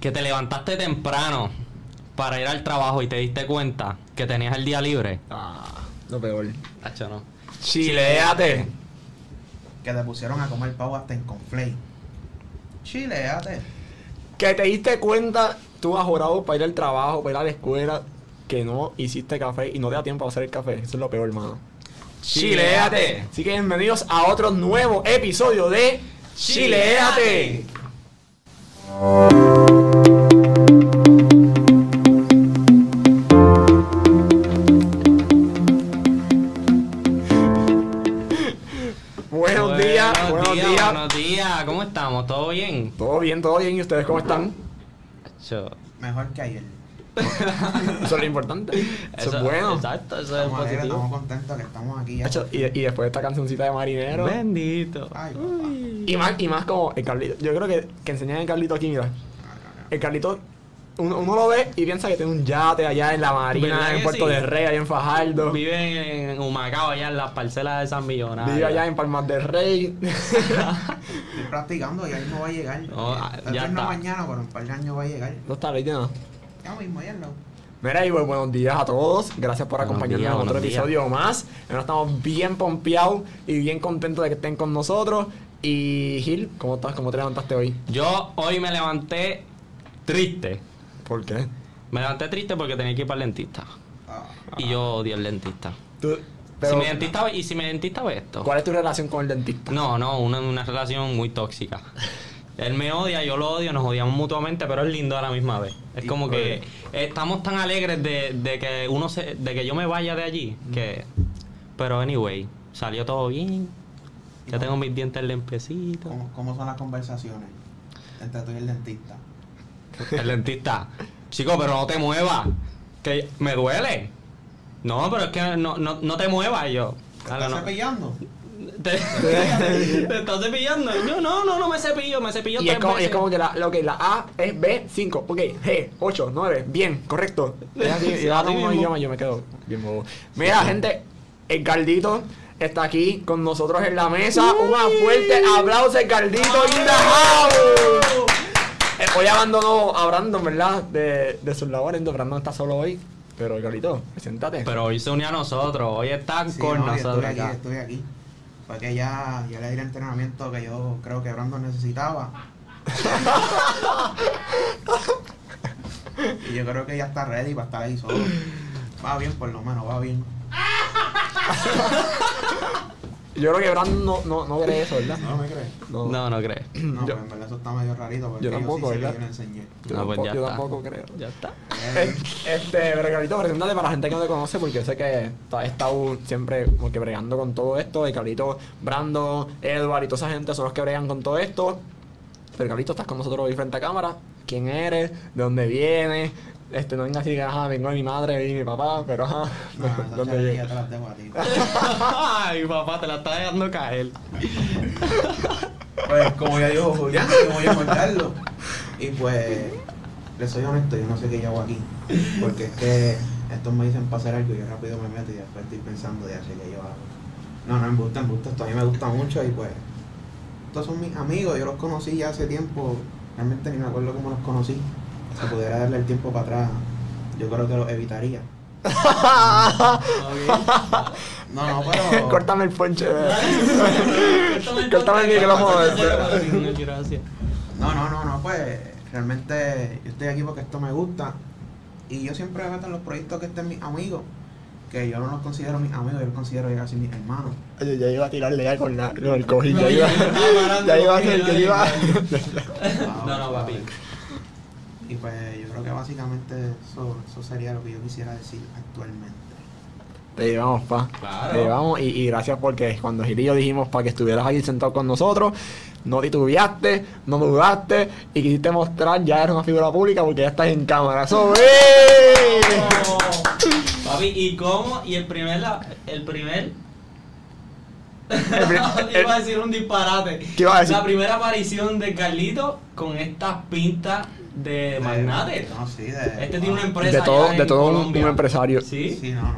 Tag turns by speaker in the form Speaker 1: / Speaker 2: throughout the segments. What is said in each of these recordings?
Speaker 1: que te levantaste temprano para ir al trabajo y te diste cuenta que tenías el día libre.
Speaker 2: Ah, lo peor.
Speaker 1: Hacho, no.
Speaker 2: Chileate.
Speaker 3: Que te pusieron a comer pavo hasta en conflay. Chileate.
Speaker 2: Que te diste cuenta, tú has jurado para ir al trabajo, para ir a la escuela, que no hiciste café y no te da tiempo a hacer el café. Eso es lo peor, hermano.
Speaker 1: Chileate.
Speaker 2: Así que bienvenidos a otro nuevo episodio de Chileate. Buenos días, buenos días.
Speaker 1: Buenos días, ¿cómo estamos? ¿Todo bien?
Speaker 2: Todo bien, todo bien. ¿Y ustedes cómo están?
Speaker 1: Hacho,
Speaker 3: Mejor que ayer.
Speaker 2: Eso es lo importante. Eso, es bueno.
Speaker 1: Exacto, eso es
Speaker 3: Estamos alegres, estamos
Speaker 1: positivo.
Speaker 3: contentos que estamos aquí. Ya.
Speaker 2: Hacho, Y, y después de esta cancioncita de marinero.
Speaker 1: Bendito.
Speaker 3: Ay, papá.
Speaker 2: Y más, y más como el Carlito. Yo creo que, que enseñan el Carlito aquí, mira. El Carlito, uno, uno lo ve y piensa que tiene un yate allá en la
Speaker 1: ¿Verdad
Speaker 2: marina, en
Speaker 1: que
Speaker 2: Puerto
Speaker 1: sí?
Speaker 2: del Rey, allá en Fajardo. Vive,
Speaker 1: Vive en Humacao, allá en las parcelas de San Millonario.
Speaker 2: allá en Palmas del Rey.
Speaker 3: Estoy practicando y él no va a llegar.
Speaker 1: No, ah,
Speaker 3: Tal
Speaker 1: ya
Speaker 3: vez no
Speaker 1: está.
Speaker 3: mañana, pero en un par de años va a llegar.
Speaker 2: no está bien, ¿no?
Speaker 3: Ya mismo, ya lo.
Speaker 2: Mira, y pues, buenos días a todos. Gracias por
Speaker 1: Buenos
Speaker 2: acompañarnos
Speaker 1: días,
Speaker 2: en otro
Speaker 1: buenos días.
Speaker 2: episodio más. Ahora estamos bien pompeados y bien contentos de que estén con nosotros. Y Gil, ¿cómo estás? ¿Cómo te levantaste hoy?
Speaker 1: Yo hoy me levanté triste.
Speaker 2: ¿Por qué?
Speaker 1: Me levanté triste porque tenía que ir para el dentista.
Speaker 3: Ah,
Speaker 1: Y yo odio el dentista.
Speaker 2: Tú-
Speaker 1: si
Speaker 2: pero-
Speaker 1: mi dentista ve- y si mi dentista ve esto.
Speaker 2: ¿Cuál es tu relación con el dentista?
Speaker 1: No, no, una, una relación muy tóxica. Él me odia, yo lo odio, nos odiamos mutuamente, pero es lindo a la misma vez. Es como que estamos tan alegres de, de que uno se, de que yo me vaya de allí,
Speaker 3: Mm.
Speaker 1: que pero anyway, salió todo bien.
Speaker 3: Ah.
Speaker 1: Ya tengo mis dientes lempecitos.
Speaker 3: ¿Cómo, cómo son las conversaciones entre tú y el dentista?
Speaker 1: El dentista, chico, pero no te muevas, que me duele. No, pero es que no, no, no te muevas Y yo.
Speaker 3: ¿Te
Speaker 1: "Ala,
Speaker 3: estás
Speaker 1: no".
Speaker 3: cepillando?
Speaker 1: Te, te estás cepillando. Yo no, no, no me cepillo, me cepillo
Speaker 2: Y
Speaker 1: tres
Speaker 2: es, como, y es
Speaker 1: veces".
Speaker 2: como que la, lo que la A es B, 5, ok, G, 8, 9, bien, correcto. Es así,
Speaker 1: Sí,
Speaker 2: y ahora
Speaker 1: así
Speaker 2: mismo
Speaker 1: mismo.
Speaker 2: idioma yo me quedo bien bobo. Mira, gente, el Caldito está aquí con nosotros en la mesa. Un fuerte aplauso, el Caldito in the house. Eh, Hoy abandonó a Brandon, ¿verdad? De, de sus labores, entonces Brandon está solo hoy. Pero, Caldito, preséntate.
Speaker 1: Pero hoy se unió a nosotros, hoy están
Speaker 3: Sí,
Speaker 1: con
Speaker 3: no, yo
Speaker 1: nosotros
Speaker 3: estoy aquí,
Speaker 1: acá.
Speaker 3: estoy aquí. Porque ya, ya le di el entrenamiento que yo creo que Brandon necesitaba. y yo creo que ya está ready para estar ahí solo. Va bien, por lo menos, va bien.
Speaker 2: Yo creo que Brandon no, no, no cree eso, ¿verdad?
Speaker 3: ¿No me crees?
Speaker 1: No, no crees.
Speaker 3: No,
Speaker 2: Yo-
Speaker 3: pues en verdad eso está medio rarito. Porque
Speaker 2: Yo
Speaker 3: yo,
Speaker 2: tampoco,
Speaker 3: sí sé que
Speaker 2: ¿verdad?
Speaker 3: yo le enseñé.
Speaker 2: Yo,
Speaker 1: No, pues
Speaker 2: tampoco,
Speaker 1: ya
Speaker 2: yo
Speaker 1: está.
Speaker 2: tampoco creo.
Speaker 1: Ya está.
Speaker 3: Eh,
Speaker 2: Este, pero Carlito, preséntate para la gente que no te conoce, porque yo sé que has estado siempre como que bregando con todo esto. Y Carlito, Brando, Edward y toda esa gente son los que bregan con todo esto. Pero Carlito, estás con nosotros hoy frente a cámara. ¿Quién eres? ¿De dónde vienes? Este, no vengas así que, ajá, vengo de mi madre y mi papá, pero ajá.
Speaker 3: no, esa
Speaker 2: ¿Dónde
Speaker 3: charrería
Speaker 2: llegas?
Speaker 3: te las dejo a ti.
Speaker 1: Ay, papá, te la está dejando caer.
Speaker 3: Pues como ya dijo Julián, que voy a cortarlo. Y pues, les soy honesto, yo no sé qué yo hago aquí. Porque es que estos me dicen para hacer algo y yo rápido me meto y después estoy pensando, ya sé qué yo hago. No, no, me gusta, me gusta, esto a mí me gusta mucho y pues, estos son mis amigos, yo los conocí ya hace tiempo, realmente ni me acuerdo cómo los conocí. Si pudiera darle el tiempo para atrás, yo creo que los evitaría. No, no, pero...
Speaker 2: Córtame el ponche.
Speaker 1: Cortame
Speaker 2: el micrófono
Speaker 1: este. Gracias.
Speaker 3: No, no, no, no, pues realmente yo estoy aquí porque esto me gusta. Y yo siempre me meto en los proyectos que estén mis amigos, que yo no los considero mis amigos, yo los considero ya casi mis hermanos.
Speaker 2: Oye, ya iba a tirarle ya con, la, con el cojín. Ya
Speaker 1: Oye,
Speaker 2: iba,
Speaker 1: yo estaba parando,
Speaker 2: ya iba a ser
Speaker 1: oye,
Speaker 2: que
Speaker 1: dale,
Speaker 2: iba.
Speaker 3: Ah,
Speaker 1: No, no, papi.
Speaker 3: Y pues yo creo que básicamente eso, eso sería lo que yo quisiera decir actualmente.
Speaker 2: Te llevamos, pa.
Speaker 1: Claro.
Speaker 2: Te llevamos y, y gracias porque cuando Gil y yo dijimos para que estuvieras aquí sentado con nosotros, no titubeaste, no dudaste y quisiste mostrar ya eres una figura pública porque ya estás en cámara. ¡Eso ¡eh!
Speaker 1: Papi, ¿y cómo? Y el primer. la- El primer.
Speaker 2: El pri- el-
Speaker 1: Iba a decir un disparate.
Speaker 2: ¿Qué iba a decir?
Speaker 1: La primera aparición de Carlito con estas pintas de magnate.
Speaker 3: No, sí, de...
Speaker 1: Este tiene una empresa.
Speaker 2: De todo-
Speaker 1: allá
Speaker 2: de
Speaker 1: en
Speaker 2: todo un-
Speaker 1: Colombia.
Speaker 2: un empresario.
Speaker 1: Sí.
Speaker 3: Sí, no, no,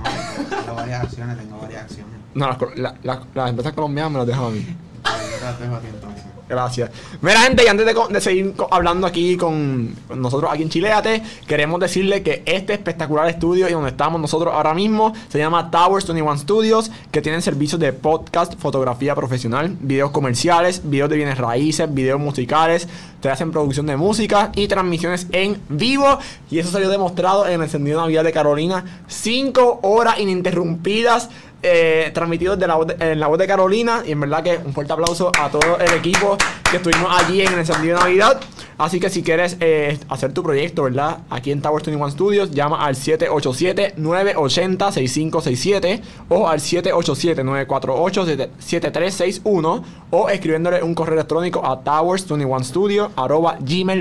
Speaker 3: tengo varias acciones, tengo varias acciones.
Speaker 2: No, las, col- la- la- las empresas colombianas me las dejan a mí.
Speaker 3: Pero las dejo a ti entonces.
Speaker 2: Gracias. Mira, gente, y antes de, co- de seguir co- hablando aquí con nosotros aquí en Chileate, queremos decirle que este espectacular estudio y donde estamos nosotros ahora mismo se llama Towers 21 Studios, que tienen servicios de podcast, fotografía profesional, videos comerciales, videos de bienes raíces, videos musicales, te hacen producción de música y transmisiones en vivo. Y eso salió demostrado en el encendido de Navidad de Carolina. Cinco horas ininterrumpidas eh, transmitidos de la voz de- en la voz de Carolina. Y en verdad que un fuerte aplauso a todo el equipo que estuvimos allí en el encendido de Navidad. Así que si quieres eh, hacer tu proyecto, ¿verdad? Aquí en Tower 21 Studios, llama al 787-980-6567 o al 787-948-7361 o escribiéndole un correo electrónico a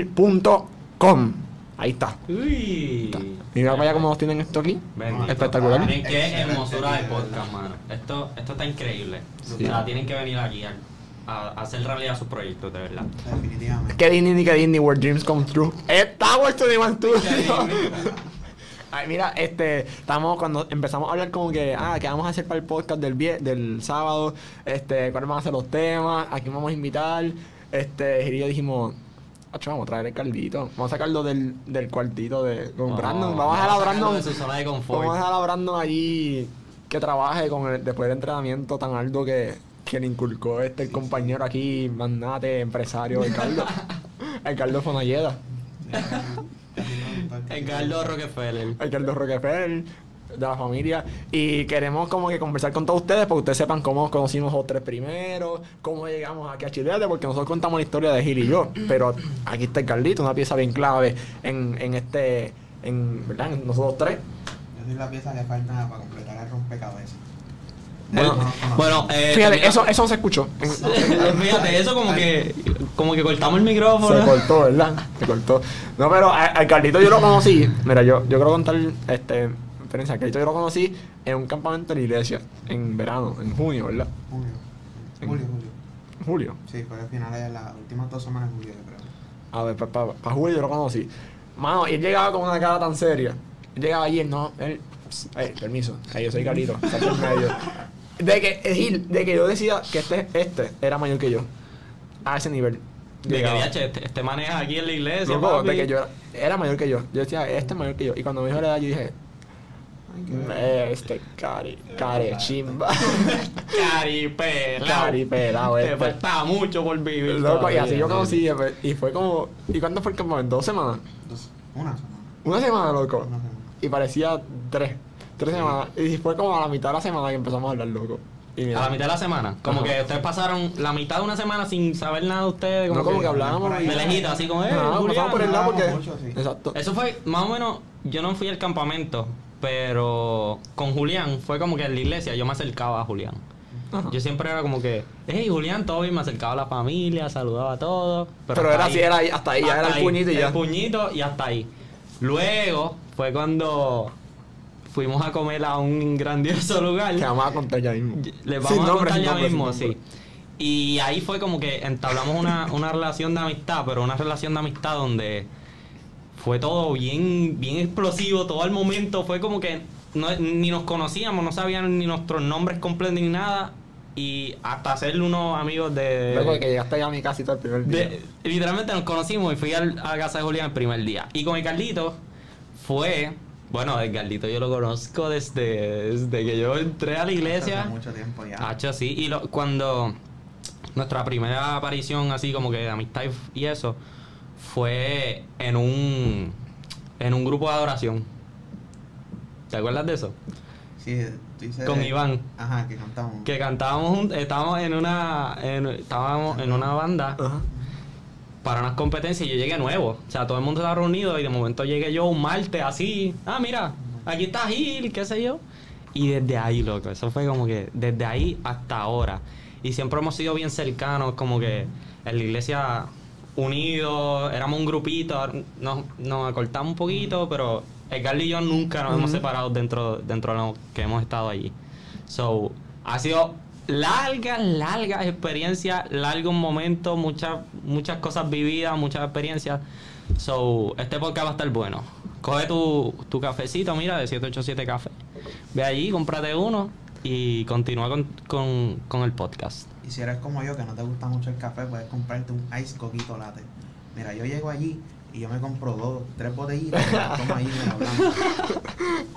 Speaker 2: towers21studio.gmail.com. Ahí está.
Speaker 1: Uy.
Speaker 2: Mira vaya cómo nos tienen esto aquí.
Speaker 1: Bendito.
Speaker 2: Espectacular.
Speaker 1: Miren qué hermosura de podcast, mano. Esto, esto está increíble. O sea, tienen que venir aquí a, a hacer realidad sus proyectos, de verdad.
Speaker 3: Definitivamente.
Speaker 2: Que Disney ni que Disney, where dreams come true. Está vuelto de Studio. Ay, mira, este, estamos cuando empezamos a hablar como que, ah, ¿qué vamos a hacer para el podcast del vie- del sábado? Este, ¿cuáles van a ser los temas? ¿A quién vamos a invitar? Este, y yo dijimos, "Acho, vamos a traer el caldito. Vamos a sacarlo del, del cuartito de, con
Speaker 1: No,
Speaker 2: Brandon. Vamos a dejar a
Speaker 1: sacarlo
Speaker 2: Brandon.
Speaker 1: de su zona de confort.
Speaker 2: Vamos a dejar a Brandon allí que trabaje con el, después del entrenamiento tan alto que, que le inculcó este el compañero aquí, magnate, empresario, el Carlos. el Carlos Fonalleda.
Speaker 1: El Carlos Rockefeller.
Speaker 2: el Carlos Rockefeller, de la familia. Y queremos como que conversar con todos ustedes para que ustedes sepan cómo conocimos a los tres primero, cómo llegamos aquí a Chilete, porque nosotros contamos la historia de Gil y yo. Pero aquí está el Carlito, una pieza bien clave en, en este, en, ¿verdad? En nosotros tres.
Speaker 3: Yo soy la pieza que falta para completar el rompecabezas.
Speaker 1: Bueno, bueno eh,
Speaker 2: Fíjate,
Speaker 1: termina-
Speaker 2: eso, eso se escuchó.
Speaker 1: Fíjate, eso como que, como que cortamos el micrófono.
Speaker 2: Se cortó, ¿verdad? Se cortó. No, pero a- al Carlito yo lo conocí. Mira, yo, yo quiero contar, este, experiencia. Al Carlito yo lo conocí en un campamento en la iglesia, en verano, en junio, ¿verdad?
Speaker 3: Julio. Julio, Julio.
Speaker 2: Julio.
Speaker 3: Sí, fue al final de las últimas dos semanas de julio, yo creo.
Speaker 2: A ver, para pa, pa Julio yo lo conocí. Mano, y él llegaba con una cara tan seria. Él llegaba allí, él no, él. pss, eh, permiso, ahí yo soy Carlito, saca el medio. De que, eh, Gil, de que yo decía que este, este era mayor que yo. A ese nivel.
Speaker 1: De que
Speaker 2: Llegaba.
Speaker 1: "Diache, este, este maneja aquí en la iglesia.
Speaker 2: Loco,
Speaker 1: papi".
Speaker 2: de que yo era, era mayor que yo. Yo decía, este es mayor que yo. Y cuando me dijo la edad, yo dije,
Speaker 3: Ay, qué bello.
Speaker 2: este cari, care chimba.
Speaker 1: Caripelao.
Speaker 2: Caripelao,
Speaker 1: Te
Speaker 2: este.
Speaker 1: faltaba mucho por vivir.
Speaker 2: Loco, y
Speaker 1: todavía.
Speaker 2: así yo conocí. Y fue como, ¿y cuándo fue el campamento? ¿Dos semanas?
Speaker 3: Dos- una semana.
Speaker 2: Una semana, loco.
Speaker 3: Una semana.
Speaker 2: Y parecía tres. Tres
Speaker 3: Sí.
Speaker 2: semanas. Y fue como a la mitad de la semana que empezamos a hablar, loco. Y
Speaker 1: A
Speaker 2: mira,
Speaker 1: la mitad de la semana. Como
Speaker 2: Ajá.
Speaker 1: que ustedes pasaron la mitad de una semana sin saber nada de ustedes.
Speaker 2: No, como que hablábamos.
Speaker 1: De lejito, así como, eh,
Speaker 2: Ajá,
Speaker 1: Julián.
Speaker 2: pasamos por el lado porque.
Speaker 3: Ah, Mucho, sí.
Speaker 2: Exacto.
Speaker 1: Eso fue, más o menos, yo no fui al campamento, pero con Julián fue como que en la iglesia yo me acercaba a Julián.
Speaker 2: Ajá.
Speaker 1: Yo siempre era como que, hey, Julián, todo bien, me acercaba a la familia, saludaba a todos.
Speaker 2: Pero
Speaker 1: hasta
Speaker 2: era así, era ahí, hasta ahí, ya era el puñito y ya.
Speaker 1: El puñito y hasta ahí. Luego fue cuando fuimos a comer a un grandioso lugar.
Speaker 2: Que vamos a contar ya mismo.
Speaker 1: Les
Speaker 2: Sin
Speaker 1: vamos a
Speaker 2: nombre,
Speaker 1: contar
Speaker 2: sin
Speaker 1: ya
Speaker 2: nombre, sin
Speaker 1: mismo,
Speaker 2: nombre.
Speaker 1: sí. Y ahí fue como que entablamos una, una relación de amistad, pero una relación de amistad donde fue todo bien, bien explosivo, todo al momento. Fue como que no- ni nos conocíamos, no sabían ni nuestros nombres completos ni nada. Y hasta ser unos amigos de.
Speaker 2: Luego de que llegaste ya a mi casita el primer día.
Speaker 1: Eh, De- literalmente nos conocimos y fui al- a la casa de Julián el primer día. Y con el Carlito fue. Bueno, el Carlito yo lo conozco desde, desde que yo entré a la iglesia. Ah,
Speaker 3: Hace mucho tiempo ya.
Speaker 1: Hacho, sí. Y lo- cuando nuestra primera aparición, así como que de amistad y- y eso, fue en un, en un grupo de adoración. ¿Te acuerdas de eso?
Speaker 3: Sí, tú dices-
Speaker 1: Con Iván.
Speaker 3: Ajá, que cantamos.
Speaker 1: Que cantábamos, jun- estábamos en una, en- estábamos en una banda
Speaker 2: Ajá.
Speaker 1: para unas competencias y yo llegué nuevo. O sea, todo el mundo estaba reunido y de momento llegué yo un martes así. Ah, mira, aquí está Gil, qué sé yo. Y desde ahí, loco, eso fue como que desde ahí hasta ahora. Y siempre hemos sido bien cercanos, como que en la iglesia unidos, éramos un grupito, ahora nos, nos acortamos un poquito, pero Edgar y yo nunca nos hemos
Speaker 2: Ujú.
Speaker 1: separado dentro, dentro de lo que hemos estado allí. So, ha sido largas, largas experiencias, largos momentos, muchas, muchas cosas vividas, muchas experiencias. So, este podcast va a estar bueno. Coge tu, tu cafecito, mira, de 787 Café. Ve allí, cómprate uno y continúa con, con, con el podcast.
Speaker 3: Y Y si eres como yo, que no te gusta mucho el café, puedes comprarte un ice coquito latte. Mira, yo llego allí y yo me compro dos, tres botellitas, y me las tomo ahí y me hablando.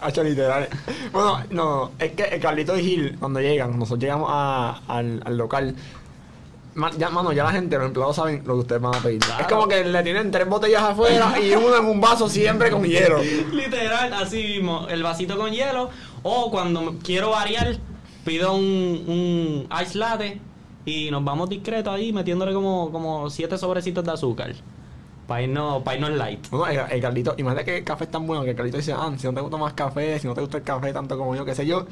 Speaker 2: Hacho, Ah, literal. Bueno, no, es que el Carlito y Gil, cuando llegan, nosotros llegamos a- al, al local. ma- ya, mano, ya la gente, los empleados saben lo que ustedes van a pedir. Es como que le tienen tres botellas afuera y una en un vaso siempre con hielo.
Speaker 1: Literal, así mismo. El vasito con hielo. O cuando me- quiero variar, pido un, un ice latte y nos vamos discreto ahí metiéndole como, como siete sobrecitos de azúcar. Para irnos, pa' irnos light.
Speaker 2: Bueno, el, el Carlito, imagínate que el café es tan bueno que el Carlito dice, ah, si no te gusta más café, si no te gusta el café tanto como yo, qué sé yo.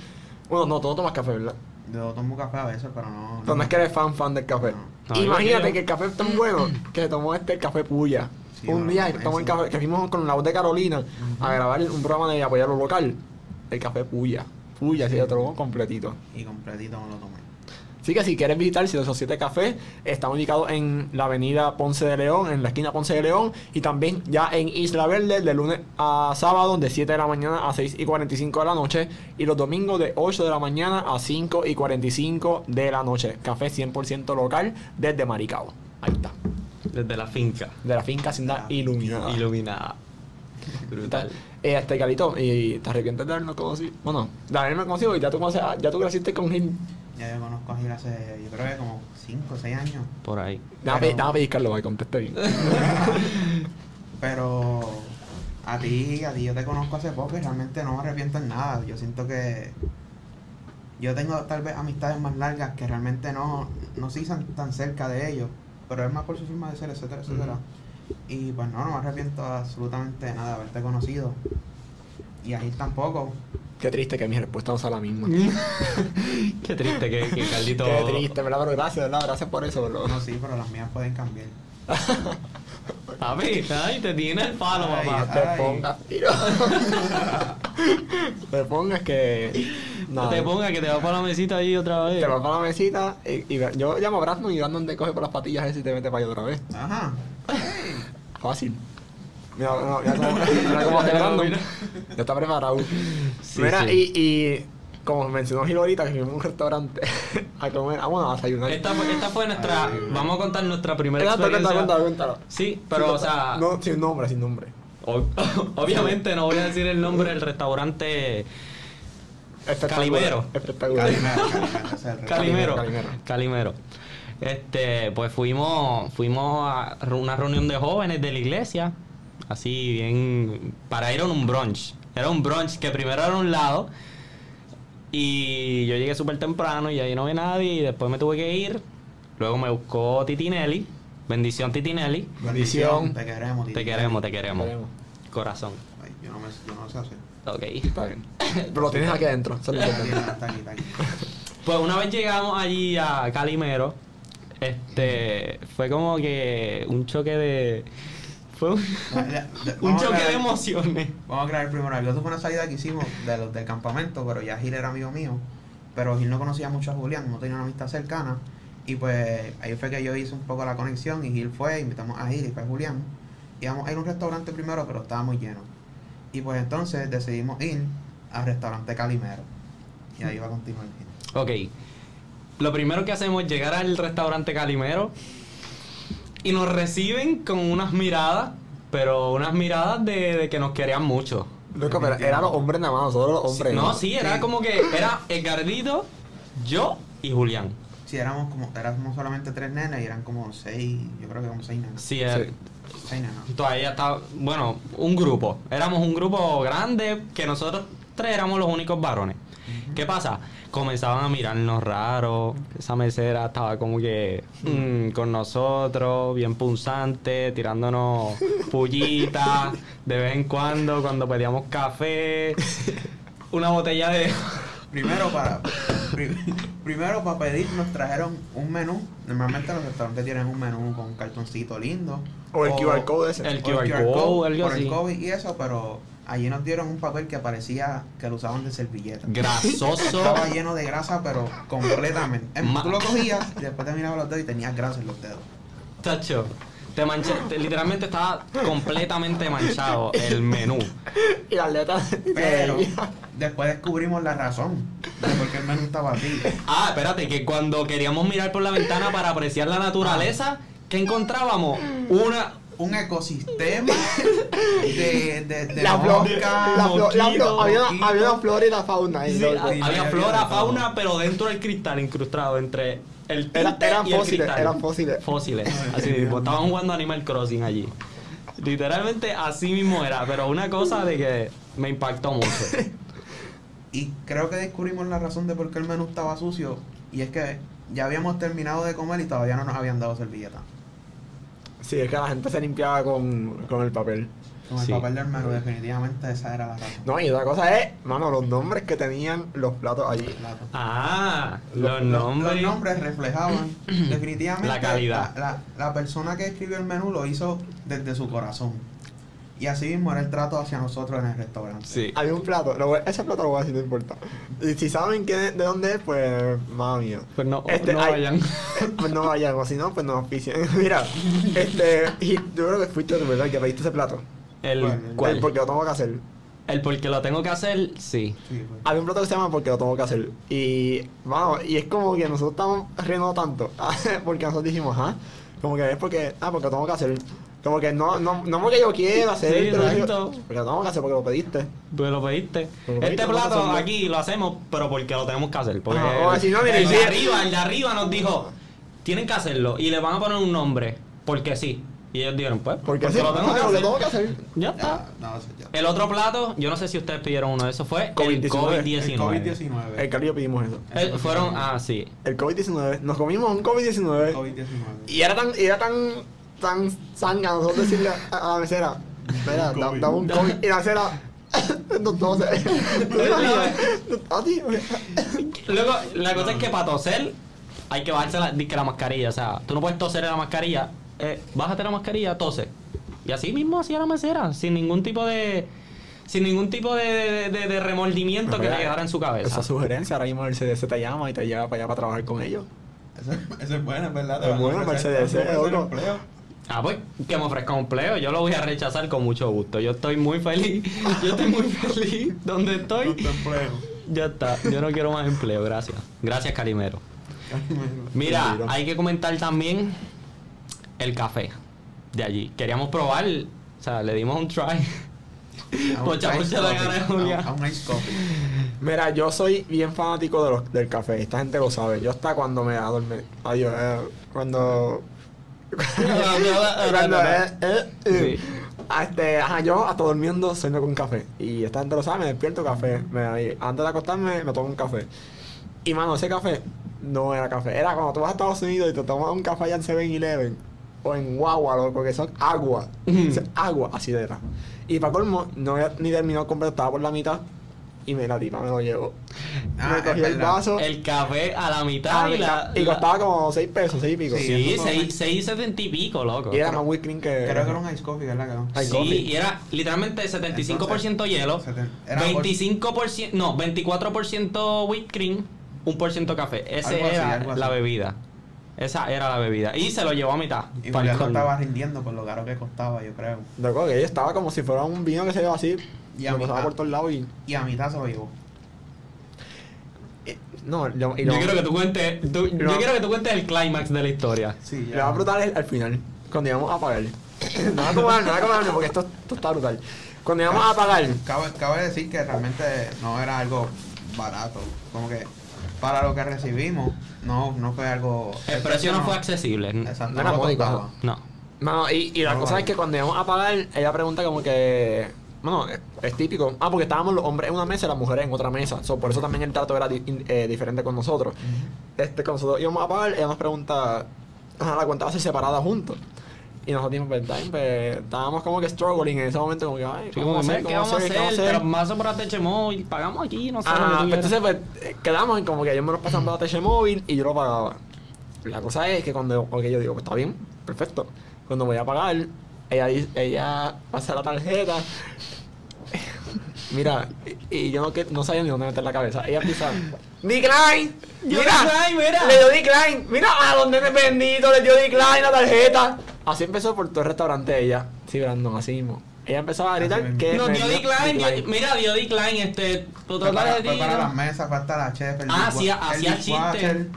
Speaker 2: Bueno, no, tú no tomas café, ¿verdad?
Speaker 3: Yo tomo café a veces, pero no.
Speaker 2: Pero no es que eres fan, fan del café.
Speaker 1: No. No, yo
Speaker 2: Imagínate
Speaker 1: creo- Mm.
Speaker 2: que el café es tan bueno que se tomó este el café puya.
Speaker 3: Sí,
Speaker 2: un
Speaker 3: mano,
Speaker 2: día que tomó el
Speaker 3: eso.
Speaker 2: café, que fuimos con la voz de Carolina a grabar un programa de apoyar lo local. El café puya. Puya, se lo tomó completito.
Speaker 3: Y completito me lo tomé.
Speaker 2: Así que si quieres visitar Ciudad esos siete cafés, está ubicado en la avenida Ponce de León, en la esquina Ponce de León, y también ya en Isla Verde, de lunes a sábado, de 7 de la mañana a 6 y 45 de la noche, y los domingos de 8 de la mañana a 5 y 45 de la noche. Café 100% local desde Maricao. Ahí está.
Speaker 1: Desde la finca.
Speaker 2: De la finca Hacienda Iluminada.
Speaker 1: Ah, Iluminada.
Speaker 2: Tal.
Speaker 1: Brutal.
Speaker 2: Eh, este Calito, y te arrepientes de habernos conocido. Bueno, de haberme conocido y ya tú, conoces a- ya tú creciste con Gil.
Speaker 3: Ya yo conozco a Gil hace, yo creo que como 5 o 6 años.
Speaker 1: Por ahí.
Speaker 2: Dame,
Speaker 3: Pero-
Speaker 2: dame Carlos, ahí conteste bien.
Speaker 3: Pero a ti, a ti yo te conozco hace poco y realmente no me arrepiento en nada. Yo siento que yo tengo tal vez amistades más largas que realmente no, no se hizo tan cerca de ellos. Pero es más por su forma de ser, etcétera, etcétera. Y pues no, no me arrepiento absolutamente de nada de haberte conocido. Y a Gil tampoco.
Speaker 2: Qué triste que mi respuesta no sea la misma.
Speaker 1: Qué triste que, que Carlito.
Speaker 2: Qué triste, ¿verdad? Pero gracias, ¿verdad? Gracias por eso, bro.
Speaker 3: No, sí, pero las mías pueden cambiar.
Speaker 1: Papi, ay, te tiene el palo,
Speaker 3: Ay,
Speaker 1: papá.
Speaker 2: Te
Speaker 3: Ay.
Speaker 2: pongas, tío. te pongas que.
Speaker 1: No te pongas que te vas para la mesita ahí otra vez.
Speaker 2: Te vas para la mesita y, y ve- yo llamo a Brandon y Brandon te coge por las patillas ese y te mete para allá otra vez.
Speaker 3: Ajá.
Speaker 2: Fácil. Mira, no, mira cómo, mira cómo hace Brandon.
Speaker 1: Mira.
Speaker 2: Ya está preparado.
Speaker 1: Sí,
Speaker 2: mira,
Speaker 1: sí.
Speaker 2: Y, y como mencionó Gil ahorita, que fuimos a un restaurante a comer, ah, bueno, a desayunar.
Speaker 1: Esta fue, esta fue nuestra.
Speaker 3: Ay.
Speaker 1: Vamos a contar nuestra primera
Speaker 2: Cuéntalo,
Speaker 1: experiencia.
Speaker 2: cuéntalo, cuéntalo, cuéntalo.
Speaker 1: Sí, pero o sea.
Speaker 2: No, sin nombre, sin nombre.
Speaker 1: ob- obviamente no voy a decir el nombre del restaurante
Speaker 2: Espectacular.
Speaker 1: Calimero.
Speaker 2: Espectacular.
Speaker 3: Calimero, Calimero, ese es el reto.
Speaker 1: Calimero.
Speaker 2: Calimero.
Speaker 1: Calimero. Este, pues fuimos, fuimos a ru- una reunión de jóvenes de la iglesia. Así bien. Para ir a un brunch. Era un brunch que primero era un lado. Y yo llegué súper temprano y ahí no vi nadie. Y después me tuve que ir. Luego me buscó Titinelli. Bendición Titinelli.
Speaker 2: Bendición.
Speaker 3: Te queremos,
Speaker 1: Te queremos, te queremos.
Speaker 2: Queremos.
Speaker 1: Corazón.
Speaker 3: Ay, yo no me yo no sé hacer.
Speaker 1: Ok.
Speaker 2: Está bien. Pero lo tienes aquí adentro. Eso es lo
Speaker 3: Está aquí,
Speaker 2: importante.
Speaker 3: está aquí, está aquí.
Speaker 1: Pues una vez llegamos allí a Calimero, este fue como que un choque de. Fue un,
Speaker 3: Ya, ya, ya,
Speaker 1: un
Speaker 3: vamos a
Speaker 1: choque de
Speaker 3: grabar-
Speaker 1: emociones.
Speaker 3: Vamos a grabar primero algo. Eso fue una salida que hicimos de los del campamento, pero ya Gil era amigo mío. Pero Gil no conocía mucho a Julián, no tenía una amistad cercana. Y pues ahí fue que yo hice un poco la conexión y Gil fue, invitamos a Gil y fue Julián. Íbamos a ir a un restaurante primero, pero estaba muy lleno. Y pues entonces decidimos ir al restaurante Calimero. Y ahí va a continuar Gil.
Speaker 1: Ok. Lo primero que hacemos es llegar al restaurante Calimero y nos reciben con unas miradas, pero unas miradas de, de que nos querían mucho.
Speaker 2: Loco, pero eran los hombres nada más, nosotros los hombres.
Speaker 1: no, sí, era como que era Edgardito, yo y Julián.
Speaker 3: Si éramos como, éramos solamente tres nenas y eran como seis, yo creo que como seis nenas.
Speaker 1: Sí, era-
Speaker 2: Sí.
Speaker 3: Seis nenas.
Speaker 1: Todavía está, bueno, un grupo. Éramos un grupo grande que nosotros tres éramos los únicos varones. ¿Qué pasa? Comenzaban a mirarnos raro. Esa mesera estaba como que mm, con nosotros, bien punzante, tirándonos pullitas de vez en cuando cuando pedíamos café, una botella de.
Speaker 3: Primero para pri- primero para pedir nos trajeron un menú. Normalmente los restaurantes tienen un menú con un cartoncito lindo.
Speaker 2: O el QR code ese.
Speaker 1: el
Speaker 3: o
Speaker 1: QR code, algo
Speaker 3: por
Speaker 1: así.
Speaker 3: el COVID y eso, pero allí nos dieron un papel que parecía que lo usaban de servilleta.
Speaker 1: Grasoso.
Speaker 3: Estaba lleno de grasa, pero completamente. Em,
Speaker 1: Ma-
Speaker 3: Tú lo cogías y después te mirabas los dedos y tenías grasa en los dedos.
Speaker 1: Tacho, te manchaste. Literalmente estaba completamente manchado el menú.
Speaker 2: Y las letras.
Speaker 3: Pero, Después descubrimos la razón de por qué el menú estaba así.
Speaker 1: Ah, espérate, que cuando queríamos mirar por la ventana para apreciar la
Speaker 4: Ah.
Speaker 1: naturaleza, ¿qué encontrábamos? Una.
Speaker 3: Un ecosistema de, de, de
Speaker 4: La flor,
Speaker 3: moscas,
Speaker 4: la flor, la
Speaker 3: mosquitos,
Speaker 4: flor, había, una- había
Speaker 3: mosquitos.
Speaker 4: una flor y una fauna ahí.
Speaker 1: Sí, ah.
Speaker 4: ¿no?
Speaker 1: ha-
Speaker 3: sí,
Speaker 1: había
Speaker 3: había
Speaker 1: flora,
Speaker 3: todo.
Speaker 1: fauna, pero dentro del cristal incrustado, entre el
Speaker 4: Era-
Speaker 1: tinte
Speaker 4: eran
Speaker 1: y el
Speaker 4: fósiles,
Speaker 1: cristal.
Speaker 4: eran fósiles.
Speaker 1: Fósiles, así mismo. Estaban jugando Animal Crossing allí. Literalmente así mismo era, pero una cosa de que me impactó mucho.
Speaker 3: Y creo que descubrimos la razón de por qué el menú estaba sucio. Y es que ya habíamos terminado de comer y todavía no nos habían dado servilleta.
Speaker 2: Sí, es que la gente se limpiaba con, con el papel.
Speaker 3: Con el
Speaker 1: Sí.
Speaker 3: papel del menú, definitivamente esa era la razón.
Speaker 2: No, y otra cosa es, mano, los nombres que tenían los platos allí.
Speaker 3: Plato.
Speaker 1: Ah,
Speaker 2: Los-
Speaker 1: los nombres.
Speaker 3: Los nombres reflejaban definitivamente
Speaker 1: La calidad.
Speaker 3: La, la- la persona que escribió el menú lo hizo desde su corazón. Y así mismo era el trato hacia nosotros en el restaurante.
Speaker 1: Sí.
Speaker 2: Hay
Speaker 4: Había un plato, lo voy- ese plato lo voy a decir, no importa. Y si saben quién es- de dónde es, pues, madre mía.
Speaker 1: Pues no,
Speaker 4: Este,
Speaker 1: no
Speaker 4: ay.
Speaker 1: vayan.
Speaker 4: Pues no vayan, o si no, pues no ofician.
Speaker 2: Mira, este, y yo creo que fuiste tú, ¿verdad? Que pediste ese plato.
Speaker 1: El
Speaker 3: Bueno,
Speaker 1: cual.
Speaker 2: El porque lo tengo que hacer.
Speaker 1: El porque lo tengo que hacer, sí.
Speaker 3: Sí, pues, fue.
Speaker 2: Había un plato que se llama porque lo tengo que hacer. Y, vamos, y es como que nosotros estamos riendo tanto. porque nosotros dijimos, ah, como que es porque, ah, porque lo tengo que hacer. Como que no, no, no porque yo quiera hacer.
Speaker 1: Sí,
Speaker 2: pero yo-
Speaker 1: exacto.
Speaker 2: Porque lo tengo que hacer porque lo pediste.
Speaker 1: Pues lo pediste.
Speaker 2: Pues lo pediste,
Speaker 1: este
Speaker 2: vamos a
Speaker 1: plato
Speaker 2: hacerlo.
Speaker 1: aquí lo hacemos, pero porque lo tenemos que hacer. Porque
Speaker 2: Ajá, Ah, o
Speaker 1: el,
Speaker 2: si no, mira,
Speaker 1: el
Speaker 2: sí.
Speaker 1: de arriba, el de arriba nos dijo, tienen que hacerlo. Y le van a poner un nombre, porque sí. Y ellos dijeron, pues,
Speaker 2: Porque, sí,
Speaker 1: lo tengo que
Speaker 2: porque lo
Speaker 1: hacer.
Speaker 2: tengo que hacer.
Speaker 1: Ya está.
Speaker 3: Ya, no, eso ya.
Speaker 1: El otro plato, yo no sé si ustedes pidieron uno de esos, fue el
Speaker 2: COVID-19.
Speaker 3: El
Speaker 1: COVID-19.
Speaker 3: COVID-19.
Speaker 2: El Cali y yo pedimos eso.
Speaker 1: El- Fueron, ah, sí.
Speaker 2: El COVID-19. Nos comimos un COVID-19.
Speaker 3: COVID-19.
Speaker 2: Y era tan, y era tan, tan sanga nosotros decirle a, a la mesera, espera, da-
Speaker 3: COVID.
Speaker 2: dame un COVID. Y la mesera, no, no sé. ¿Tú te imaginas? Ah, tío.
Speaker 1: Luego, la cosa es que para toser hay que bajarse la, disque la mascarilla. O sea, tú no puedes toser en la mascarilla. Eh, bájate la mascarilla, tose. Y así mismo hacía la mesera, sin ningún tipo de. Sin ningún tipo de, de- de- de remordimiento que le llegara en su cabeza.
Speaker 2: Esa sugerencia, ahora mismo Mercedes te llama y te lleva para allá para trabajar con ellos.
Speaker 3: Eso, eso es bueno, es verdad. te
Speaker 2: Es
Speaker 3: van a
Speaker 2: bueno,
Speaker 3: ofrecer-
Speaker 2: Mercedes,
Speaker 3: te van a
Speaker 2: eh,
Speaker 3: ofrecer
Speaker 2: loco.
Speaker 3: empleo.
Speaker 1: Ah, pues que me ofrezca un pleo. Yo lo voy a rechazar con mucho gusto. Yo estoy muy feliz. Yo estoy muy feliz donde estoy.
Speaker 3: Justo empleo.
Speaker 1: Ya está. Yo no quiero más empleo. Gracias. Gracias, Calimero. Mira,
Speaker 2: Calimero.
Speaker 1: hay que comentar también el café de allí. Queríamos probar, o sea, le dimos un try.
Speaker 3: A un
Speaker 1: Pocha,
Speaker 3: ice
Speaker 1: pocha la
Speaker 3: coffee,
Speaker 1: cara de
Speaker 3: a un-
Speaker 1: Julián.
Speaker 3: A un ice coffee.
Speaker 2: Mira, yo soy bien fanático de los, del café. Esta gente lo sabe. Yo hasta cuando me adormí. Adiós. eh, cuando. cuando. eh, eh, eh. Este, ajá, yo hasta durmiendo sueño con café. Y esta gente lo sabe, me despierto café. Me, y antes de acostarme me tomo un café. Y mano, ese café no era café. Era cuando tú vas a Estados Unidos y te tomas un café allá en 7-Eleven. O en Guagua, loco, que son agua. O sea, agua, así era. Y para colmo, no había ni terminado de comprar, estaba por la mitad. Y me la tipa me lo llevo.
Speaker 3: Ah,
Speaker 2: me
Speaker 3: es
Speaker 2: cogí el
Speaker 3: verdad.
Speaker 2: vaso.
Speaker 1: El café a la mitad
Speaker 2: ah,
Speaker 1: y la.
Speaker 2: y
Speaker 1: la-
Speaker 2: costaba como 6 pesos, 6 y pico.
Speaker 1: Sí, seis- seis setenta y pico, loco.
Speaker 2: Y era más whipped cream que.
Speaker 3: Creo que era un ice coffee, ¿verdad? cabrón?
Speaker 2: Ay,
Speaker 1: Sí,
Speaker 2: coffee.
Speaker 1: y era literalmente 75% hielo,
Speaker 3: seten- era
Speaker 1: 25%, no, 24% whipped cream, 1% café. Esa
Speaker 3: Algo así,
Speaker 1: era
Speaker 3: algo así.
Speaker 1: la bebida. Esa era la bebida. Y se lo llevó a mitad.
Speaker 3: Y
Speaker 1: pa'l
Speaker 3: Julián lo
Speaker 1: colmo.
Speaker 3: estaba rindiendo por lo caro que costaba, yo creo.
Speaker 2: Loco, que ella estaba como si fuera un vino que se lleva así.
Speaker 3: Y
Speaker 2: Y
Speaker 3: a
Speaker 2: lo
Speaker 3: mí-
Speaker 2: pasaba
Speaker 3: ah.
Speaker 2: por todos lados y.
Speaker 3: Y a mitad se lo llevó.
Speaker 2: y- eh, no, yo, y
Speaker 1: Yo
Speaker 2: lo-
Speaker 1: quiero que tú cuentes, tú- yo
Speaker 2: No.
Speaker 1: quiero que tú cuentes el clímax de la historia.
Speaker 3: Sí,
Speaker 2: Lo más brutal es al final, cuando íbamos a pagar. nada como darle, nada como darle, porque esto, esto está brutal. Cuando íbamos a pagar,
Speaker 3: Cabe, cabe decir que realmente no era algo barato. Como que para lo que recibimos, no, no fue algo.
Speaker 1: El precio no fue accesible.
Speaker 3: Exacto,
Speaker 2: Era
Speaker 3: no lo
Speaker 2: módico,
Speaker 3: costaba.
Speaker 2: ajá.
Speaker 1: No.
Speaker 2: mano, y, y la
Speaker 3: No,
Speaker 2: cosa
Speaker 3: vale.
Speaker 2: es que cuando íbamos a pagar, ella pregunta como que. Bueno, es, es típico. Ah, porque estábamos los hombres en una mesa y las mujeres en otra mesa. So, por eso también el trato era di- in- eh, diferente con nosotros. Este, cuando nosotros íbamos a pagar, ella nos pregunta. Ajá, la cuenta va a ser separada juntos. Y nosotros dijimos, "Pues, está bien, pues, estábamos como que struggling en ese momento, como que, ay,
Speaker 1: Sí, como que, ¿Qué vamos a hacer? Pero más o menos te echemos y pagamos aquí, no sé. lo que tú
Speaker 2: Ajá, pues
Speaker 1: quieras.
Speaker 2: entonces pues eh, quedamos en como que ellos me los pasan para la TH móvil y yo lo pagaba. La cosa es que cuando ok, yo digo, pues está bien, perfecto. Cuando voy a pagar, ella, dice- ella pasa la tarjeta. Mira, y, y yo no, que- no sabía ni dónde meter la cabeza. Ella empieza, ¡Decline!
Speaker 1: Yo
Speaker 2: ¡Mira!
Speaker 1: decline, mira.
Speaker 2: ¡Le dio decline! ¡Mira a dónde me bendito! ¡Le dio decline la tarjeta! Así empezó por todo el restaurante ella. Sí, Brandon, así mismo. Ella empezaba a gritar
Speaker 3: Así
Speaker 2: que.
Speaker 1: No, dio
Speaker 2: Fernan-
Speaker 1: decline.
Speaker 2: decline.
Speaker 1: dio- Mira, dio decline. Este,
Speaker 3: Fue
Speaker 1: total
Speaker 3: para,
Speaker 1: de
Speaker 3: fue para las
Speaker 1: tiro.
Speaker 3: mesas, fue hasta la chef. el
Speaker 1: Ah,
Speaker 3: Dick
Speaker 1: hacía-
Speaker 3: Wa- el
Speaker 1: hacía
Speaker 3: Dick
Speaker 1: chistes. Ah,
Speaker 3: Watcher.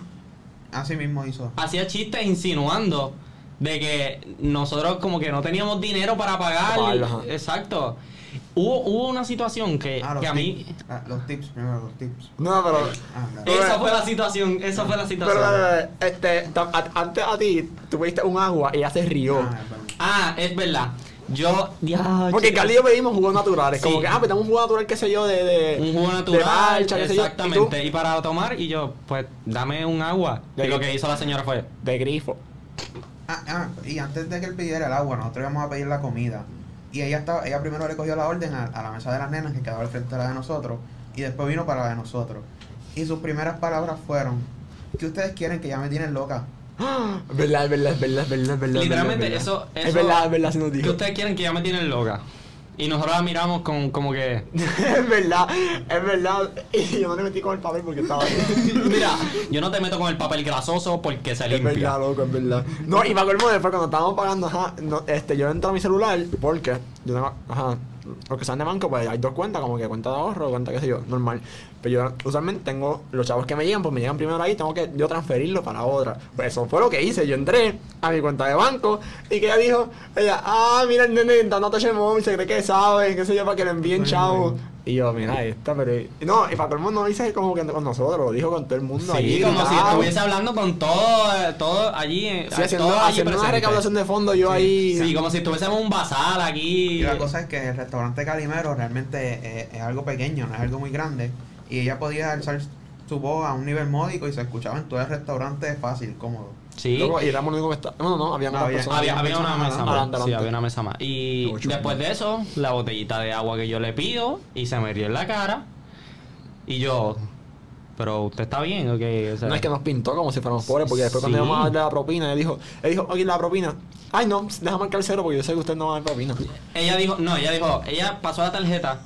Speaker 3: Así mismo hizo.
Speaker 1: Hacía chistes insinuando de que nosotros como que no teníamos dinero para pagar.
Speaker 2: Para pagarlo, ajá.
Speaker 1: Exacto. Hubo, hubo una situación que,
Speaker 3: Ah,
Speaker 1: eh,
Speaker 3: los
Speaker 1: que a mí... Eh,
Speaker 3: tips. Ah, los tips, primero los tips.
Speaker 4: No, pero.
Speaker 3: Ah, claro.
Speaker 1: Esa fue la situación, esa fue la
Speaker 4: Pero,
Speaker 1: situación.
Speaker 4: eh,
Speaker 2: Este, tam- a- antes a ti, tú pediste un agua y ella se rió.
Speaker 3: Ah, es verdad.
Speaker 1: Ah, es verdad. Yo... Ya,
Speaker 2: Porque en
Speaker 1: chico.
Speaker 2: Cali y yo pedimos jugos naturales.
Speaker 1: Sí.
Speaker 2: Como que, ah, pedimos un jugo natural, qué sé yo, de. de
Speaker 1: un jugo
Speaker 2: De
Speaker 1: natural,
Speaker 2: marcha, qué sé yo. ¿Y tú?
Speaker 1: exactamente. Y, para tomar, y yo, pues, dame un agua.
Speaker 2: Ya
Speaker 1: Y lo
Speaker 2: que-
Speaker 1: que hizo la señora fue,
Speaker 2: De grifo.
Speaker 3: Ah, ah, y antes de que él pidiera el agua, nosotros íbamos a pedir la comida. Y ella estaba, ella primero le cogió la orden a, a la mesa de las nenas que quedaba al frente de la de nosotros. Y después vino para la de nosotros. Y sus primeras palabras fueron, ¿qué ustedes quieren que ya me tienen loca?
Speaker 2: Es verdad, es verdad, es verdad, es verdad, es verdad.
Speaker 1: literalmente,
Speaker 2: es verdad.
Speaker 1: eso, eso...
Speaker 2: Es verdad, es verdad, se nos
Speaker 1: Que
Speaker 2: dijo.
Speaker 1: ustedes quieren que ya me tienen loca. Y nosotros la miramos con, como que...
Speaker 2: es verdad, es verdad. Y yo no le metí con el papel porque estaba.
Speaker 1: Mira, yo no te meto con el papel grasoso porque se
Speaker 2: Es verdad,
Speaker 1: limpia.
Speaker 2: loco, es verdad. No, y para colmo después cuando estábamos pagando, ajá, no, este, yo entro a mi celular porque yo tengo, ajá, los que sean de banco, pues hay dos cuentas, como que cuenta de ahorro, cuenta qué sé yo, normal. Pero yo usualmente tengo los chavos que me llegan, pues me llegan primero ahí, tengo que yo transferirlo para otra. Pues eso fue lo que hice, yo entré a mi cuenta de banco y que ella dijo, ella, ah, mira el nene intentando touch el móvil, se cree que sabe, qué sé yo, para que le envíen
Speaker 3: Ay,
Speaker 2: chavo.
Speaker 3: ay.
Speaker 2: Y yo, mira, esta, pero... No, y para colmo no dice como que con nosotros, lo dijo con todo el mundo allí,
Speaker 1: Sí, como si
Speaker 2: gritaba.
Speaker 1: estuviese hablando con todo, eh, todo allí, eh,
Speaker 2: Sí, haciendo,
Speaker 1: todo allí
Speaker 2: haciendo una
Speaker 1: presente.
Speaker 2: recaudación de fondo yo ahí.
Speaker 1: Sí, como si estuviésemos en un bazar aquí.
Speaker 3: Y la cosa es que el restaurante Calimero realmente eh, es, es algo pequeño, no es algo muy grande. Y ella podía alzar su voz a un nivel módico y se escuchaba en todo el restaurante fácil, cómodo.
Speaker 1: Sí.
Speaker 2: Luego, y éramos los únicos que está- Bueno, no, Pues había
Speaker 3: No,
Speaker 2: más
Speaker 3: había-
Speaker 2: personas.
Speaker 1: Pues Había, había una mesa más.
Speaker 2: Adelante,
Speaker 1: Sí,
Speaker 2: adelante.
Speaker 1: había una mesa más. Y
Speaker 2: Ocho,
Speaker 1: después de eso, la botellita de agua que yo le pido y se me dio en la cara. Y yo, pero usted está bien, ¿o qué? O sea,
Speaker 2: No es que nos pintó como si fuéramos pobres, porque después cuando
Speaker 1: Sí.
Speaker 2: íbamos a darle la propina, él dijo, él dijo, oye, la propina. Ay, no, deja marcar el cero porque yo sé que usted no va a dar propina.
Speaker 1: Ella dijo, no, ella dijo, ella pasó la tarjeta.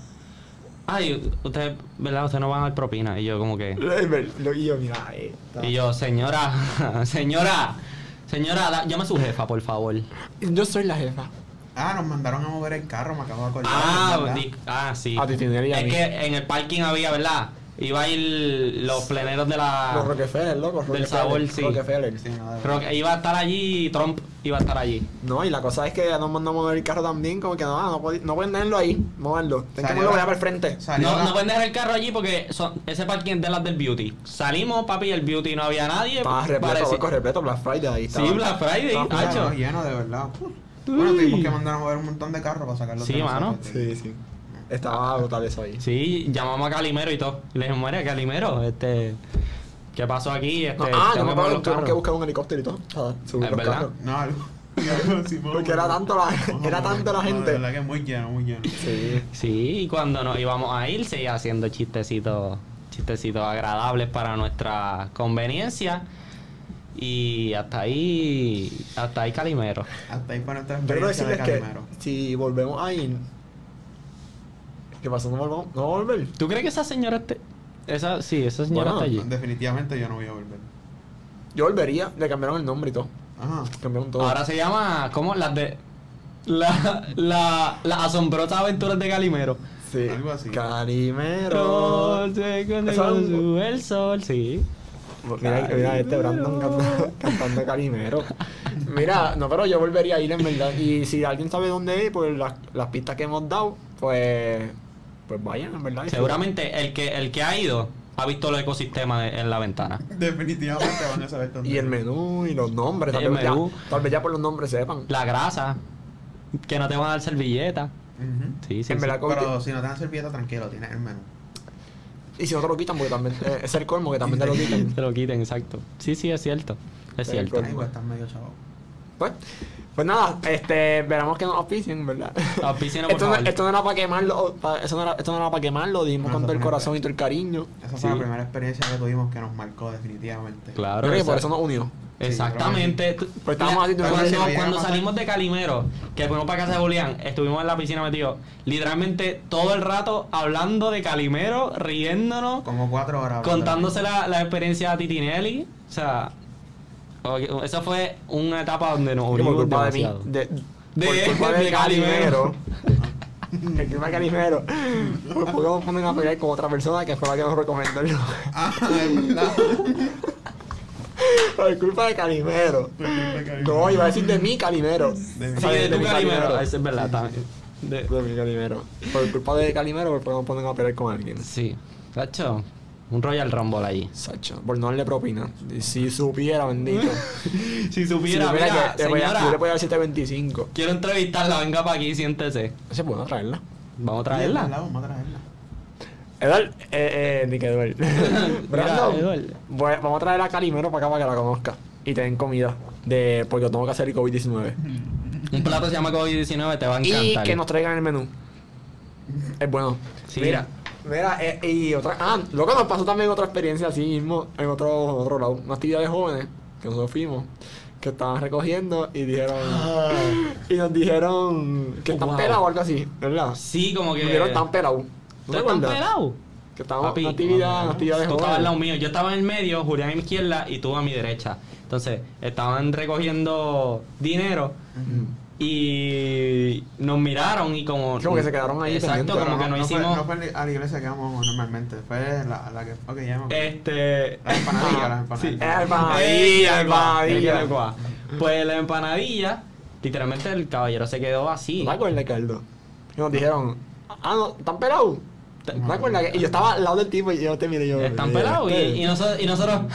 Speaker 1: Ay, usted, ¿verdad? Usted no va a dar propina. Y yo, como que.
Speaker 2: Lo y yo, mira, esta.
Speaker 1: Y yo, señora, señora, señora, da- llame a su jefa, por favor.
Speaker 2: Yo soy la jefa.
Speaker 3: Ah, nos mandaron a mover el carro, me acabo de acordar.
Speaker 1: Ah,
Speaker 3: ¿verdad?
Speaker 1: di- ah, sí.
Speaker 2: A ti, Tinelli, a
Speaker 1: Es
Speaker 2: mí.
Speaker 1: que en el parking había, ¿verdad? Iba a ir los pleneros de la.
Speaker 2: Los Rockefeller,
Speaker 1: Ah.
Speaker 2: loco.
Speaker 1: Del
Speaker 2: Rockefeller,
Speaker 1: sabor, sí.
Speaker 2: Rockefeller.
Speaker 3: Sí, no, de-
Speaker 1: Creo que iba a estar allí, Trump iba a estar allí.
Speaker 2: No, y la cosa es que nos mandamos a mover el carro también, como que no, ah, no, pod- no pueden tenerlo ahí, moverlo. Tienen que
Speaker 3: Salió
Speaker 2: moverlo
Speaker 3: la-
Speaker 2: allá para el frente.
Speaker 3: Salió
Speaker 1: No,
Speaker 3: la-
Speaker 1: no pueden dejar el carro allí porque son, ese parking es de las del beauty. Salimos, papi, el beauty no había nadie.
Speaker 2: Estaba repleto,
Speaker 1: Parecía-
Speaker 2: loco, repleto, Black Friday ahí
Speaker 1: Sí,
Speaker 2: estaba.
Speaker 1: Black Friday,
Speaker 2: Estaba
Speaker 3: Ah,
Speaker 1: hacho.
Speaker 3: no, lleno, de verdad. Bueno, tuvimos que mandar a mover un montón de carros para sacarlos
Speaker 1: Sí,
Speaker 3: de
Speaker 1: mano.
Speaker 3: nosotros.
Speaker 2: Sí, sí. Estaba brutal eso ahí.
Speaker 1: Sí, llamamos a Calimero y todo. Y le dijimos, mira, Calimero, este. ¿Qué pasó aquí? Este,
Speaker 2: No, ah, yo
Speaker 1: tengo
Speaker 2: me
Speaker 1: que
Speaker 2: acuerdo
Speaker 1: mover
Speaker 2: que
Speaker 1: los
Speaker 2: tuvieron que
Speaker 1: carros".
Speaker 2: buscar un helicóptero y todo.
Speaker 3: Ah,
Speaker 2: para subir
Speaker 1: Es
Speaker 2: los
Speaker 1: verdad.
Speaker 2: carros.
Speaker 3: No, algo.
Speaker 2: Porque era tanto la, era tanto la
Speaker 3: De
Speaker 2: gente.
Speaker 3: verdad que muy lleno, muy lleno.
Speaker 2: Sí.
Speaker 1: Sí, y cuando nos íbamos a ir, seguía haciendo chistecitos, chistecitos agradables para nuestra conveniencia. Y hasta ahí, hasta ahí Calimero.
Speaker 3: Hasta ahí fue nuestra
Speaker 2: Yo quiero
Speaker 3: experiencia de
Speaker 2: decirles que
Speaker 3: Calimero.
Speaker 2: si volvemos ahí. ¿Qué pasó? ¿No volvemos? ¿No vamos a volver?
Speaker 1: ¿Tú crees que esa señora esté- esa, sí, esa señora
Speaker 2: Bueno,
Speaker 1: está allí?
Speaker 3: Definitivamente yo no voy a volver.
Speaker 2: Yo volvería, le cambiaron el nombre y todo.
Speaker 3: Ajá.
Speaker 2: Cambiaron todo.
Speaker 1: Ahora se llama, ¿cómo? Las de... La, la, las asombrosas aventuras de Calimero.
Speaker 2: sí.
Speaker 3: algo así.
Speaker 2: Calimero.
Speaker 1: Pero se
Speaker 2: Eso
Speaker 1: esconde
Speaker 2: es
Speaker 1: con
Speaker 2: un-
Speaker 1: su- el sol, sí.
Speaker 2: Mira, mira este Brandon cantando, cantando Calimero. Mira, no, pero yo volvería a ir en verdad. Y si alguien sabe dónde ir, pues las, las pistas que hemos dado, pues. Pues vayan, en verdad.
Speaker 1: Seguramente el que, el que ha ido ha visto el ecosistema de- en la ventana.
Speaker 3: Definitivamente van a saber dónde.
Speaker 2: Y el menú y los nombres, tal
Speaker 1: El
Speaker 2: vez, ya,
Speaker 1: menú.
Speaker 2: tal vez ya por los nombres sepan.
Speaker 1: La grasa, que no te van a dar servilleta.
Speaker 3: Ujú.
Speaker 1: Sí, sí.
Speaker 2: En
Speaker 1: sí.
Speaker 2: verdad,
Speaker 3: Pero si no te dan servilleta, tranquilo, tienes el menú.
Speaker 2: Y si no te lo quitan, porque también eh, es el colmo que también te lo quitan.
Speaker 1: Te lo quiten, exacto. Sí, sí, es cierto. Es
Speaker 2: Sí,
Speaker 1: cierto.
Speaker 2: Pero-
Speaker 3: Ay, pues estás medio chavo.
Speaker 2: Pues, pues nada, este, veremos que nos auspicien, ¿verdad?
Speaker 1: Auspícienos, por
Speaker 2: esto, no,
Speaker 1: favor.
Speaker 2: esto no era para quemarlo, pa- eso no era, esto no era para quemarlo, dijimos
Speaker 3: No,
Speaker 2: con
Speaker 3: eso
Speaker 2: todo el
Speaker 3: fue-
Speaker 2: corazón y todo el cariño.
Speaker 3: Esa fue
Speaker 1: Sí.
Speaker 3: la primera experiencia que tuvimos que nos marcó definitivamente.
Speaker 1: Claro.
Speaker 2: Yo creo que por
Speaker 1: exacto.
Speaker 2: eso nos unió.
Speaker 1: Exactamente. Tú-
Speaker 2: Pues estábamos así, tú
Speaker 1: cuando,
Speaker 3: sabes, si
Speaker 1: cuando
Speaker 3: no llega a pasar.
Speaker 1: salimos de Calimero, que fuimos para casa de Julián, estuvimos en la piscina metidos, literalmente todo el rato hablando de Calimero, riéndonos,
Speaker 3: Como cuatro horas. hablando.
Speaker 1: contándose la, la experiencia a Titinelli. O sea, ok, esa fue una etapa donde nos
Speaker 2: Y por
Speaker 1: unimos
Speaker 2: culpa de mí,
Speaker 1: demasiado.
Speaker 2: de,
Speaker 1: De-
Speaker 2: por culpa de
Speaker 1: de Calimero.
Speaker 2: Calimero, El clima calimero. Pues porque nos ponen a pelear con otra persona que fue la que nos recomendó el lugar.
Speaker 5: Ah, es verdad.
Speaker 2: Por culpa de Calimero.
Speaker 3: Pues
Speaker 2: No, iba a decir de mi Calimero.
Speaker 5: De-
Speaker 1: Sí,
Speaker 2: O sea,
Speaker 1: de tu
Speaker 2: mi
Speaker 1: calimero. Eso es verdad también. De-
Speaker 2: De mi Calimero. Por culpa de Calimero, por porque nos ponen a pelear con alguien.
Speaker 1: Sí. Tacho, un Royal Rumble allí.
Speaker 2: Sacho, por no darle propina. Y Si supiera, bendito.
Speaker 1: Si
Speaker 2: Si
Speaker 1: supiera,
Speaker 2: supiera
Speaker 1: mira,
Speaker 2: que te voy a-
Speaker 1: señora,
Speaker 2: yo le voy a dar 725.
Speaker 1: quiero entrevistarla, venga para aquí, siéntese.
Speaker 2: Se puede traerla.
Speaker 1: Vamos a
Speaker 3: Sí,
Speaker 1: traerla.
Speaker 3: Vamos a traerla.
Speaker 2: Eduard, eh, eh, ni que Eduard. Brandon,
Speaker 1: Mira, Eduard.
Speaker 2: voy- vamos a traer a Calimero para acá para que la conozca. Y te den comida. De, porque tengo que hacer el COVID-19.
Speaker 1: Un plato se llama COVID-19, te va a
Speaker 2: Y
Speaker 1: encantar.
Speaker 2: que nos traigan el menú. Es bueno.
Speaker 1: Sí.
Speaker 2: Mira, mira, eh, y otra. Ah, loco, nos pasó también otra experiencia así mismo en otro, en otro lado. Una actividad de jóvenes que nosotros fuimos, que estaban recogiendo y dijeron. Y nos dijeron que están
Speaker 1: Wow.
Speaker 2: pelados o algo así, ¿verdad?
Speaker 1: Sí, como que...
Speaker 2: Nos dijeron tan pelados.
Speaker 1: ¿Tú estás pelado?
Speaker 2: Que estábamos
Speaker 1: Papi,
Speaker 2: en una actividad, una actividad de
Speaker 1: Tú estabas al lado
Speaker 2: jóvenes.
Speaker 1: mío. Yo estaba en el medio, Julián a mi izquierda y tú a mi derecha. Entonces, estaban recogiendo dinero y nos miraron y como...
Speaker 2: Como que se quedaron ahí
Speaker 1: Exacto,
Speaker 2: pendientes,
Speaker 1: como
Speaker 3: No,
Speaker 1: que no,
Speaker 3: no fue-
Speaker 1: hicimos...
Speaker 3: no fue a la iglesia que vamos normalmente. Fue la, la que. Ok, ya me acuerdo.
Speaker 1: Este...
Speaker 3: Las
Speaker 2: Ah,
Speaker 3: empanadillas, las
Speaker 2: eh,
Speaker 3: empanadillas.
Speaker 1: Ey,
Speaker 2: Almadilla,
Speaker 1: almohadilla. Pues la empanadilla, literalmente el caballero se quedó así.
Speaker 2: Me acuerdo, Carlos. Y nos dijeron, ah, no, están pelados.
Speaker 1: Te-
Speaker 2: Me acuerdo que y yo estaba al lado del tipo y yo te miré y yo.
Speaker 1: Están
Speaker 2: mira,
Speaker 1: pelados
Speaker 2: este.
Speaker 1: y, y nosotros... Y, nosotros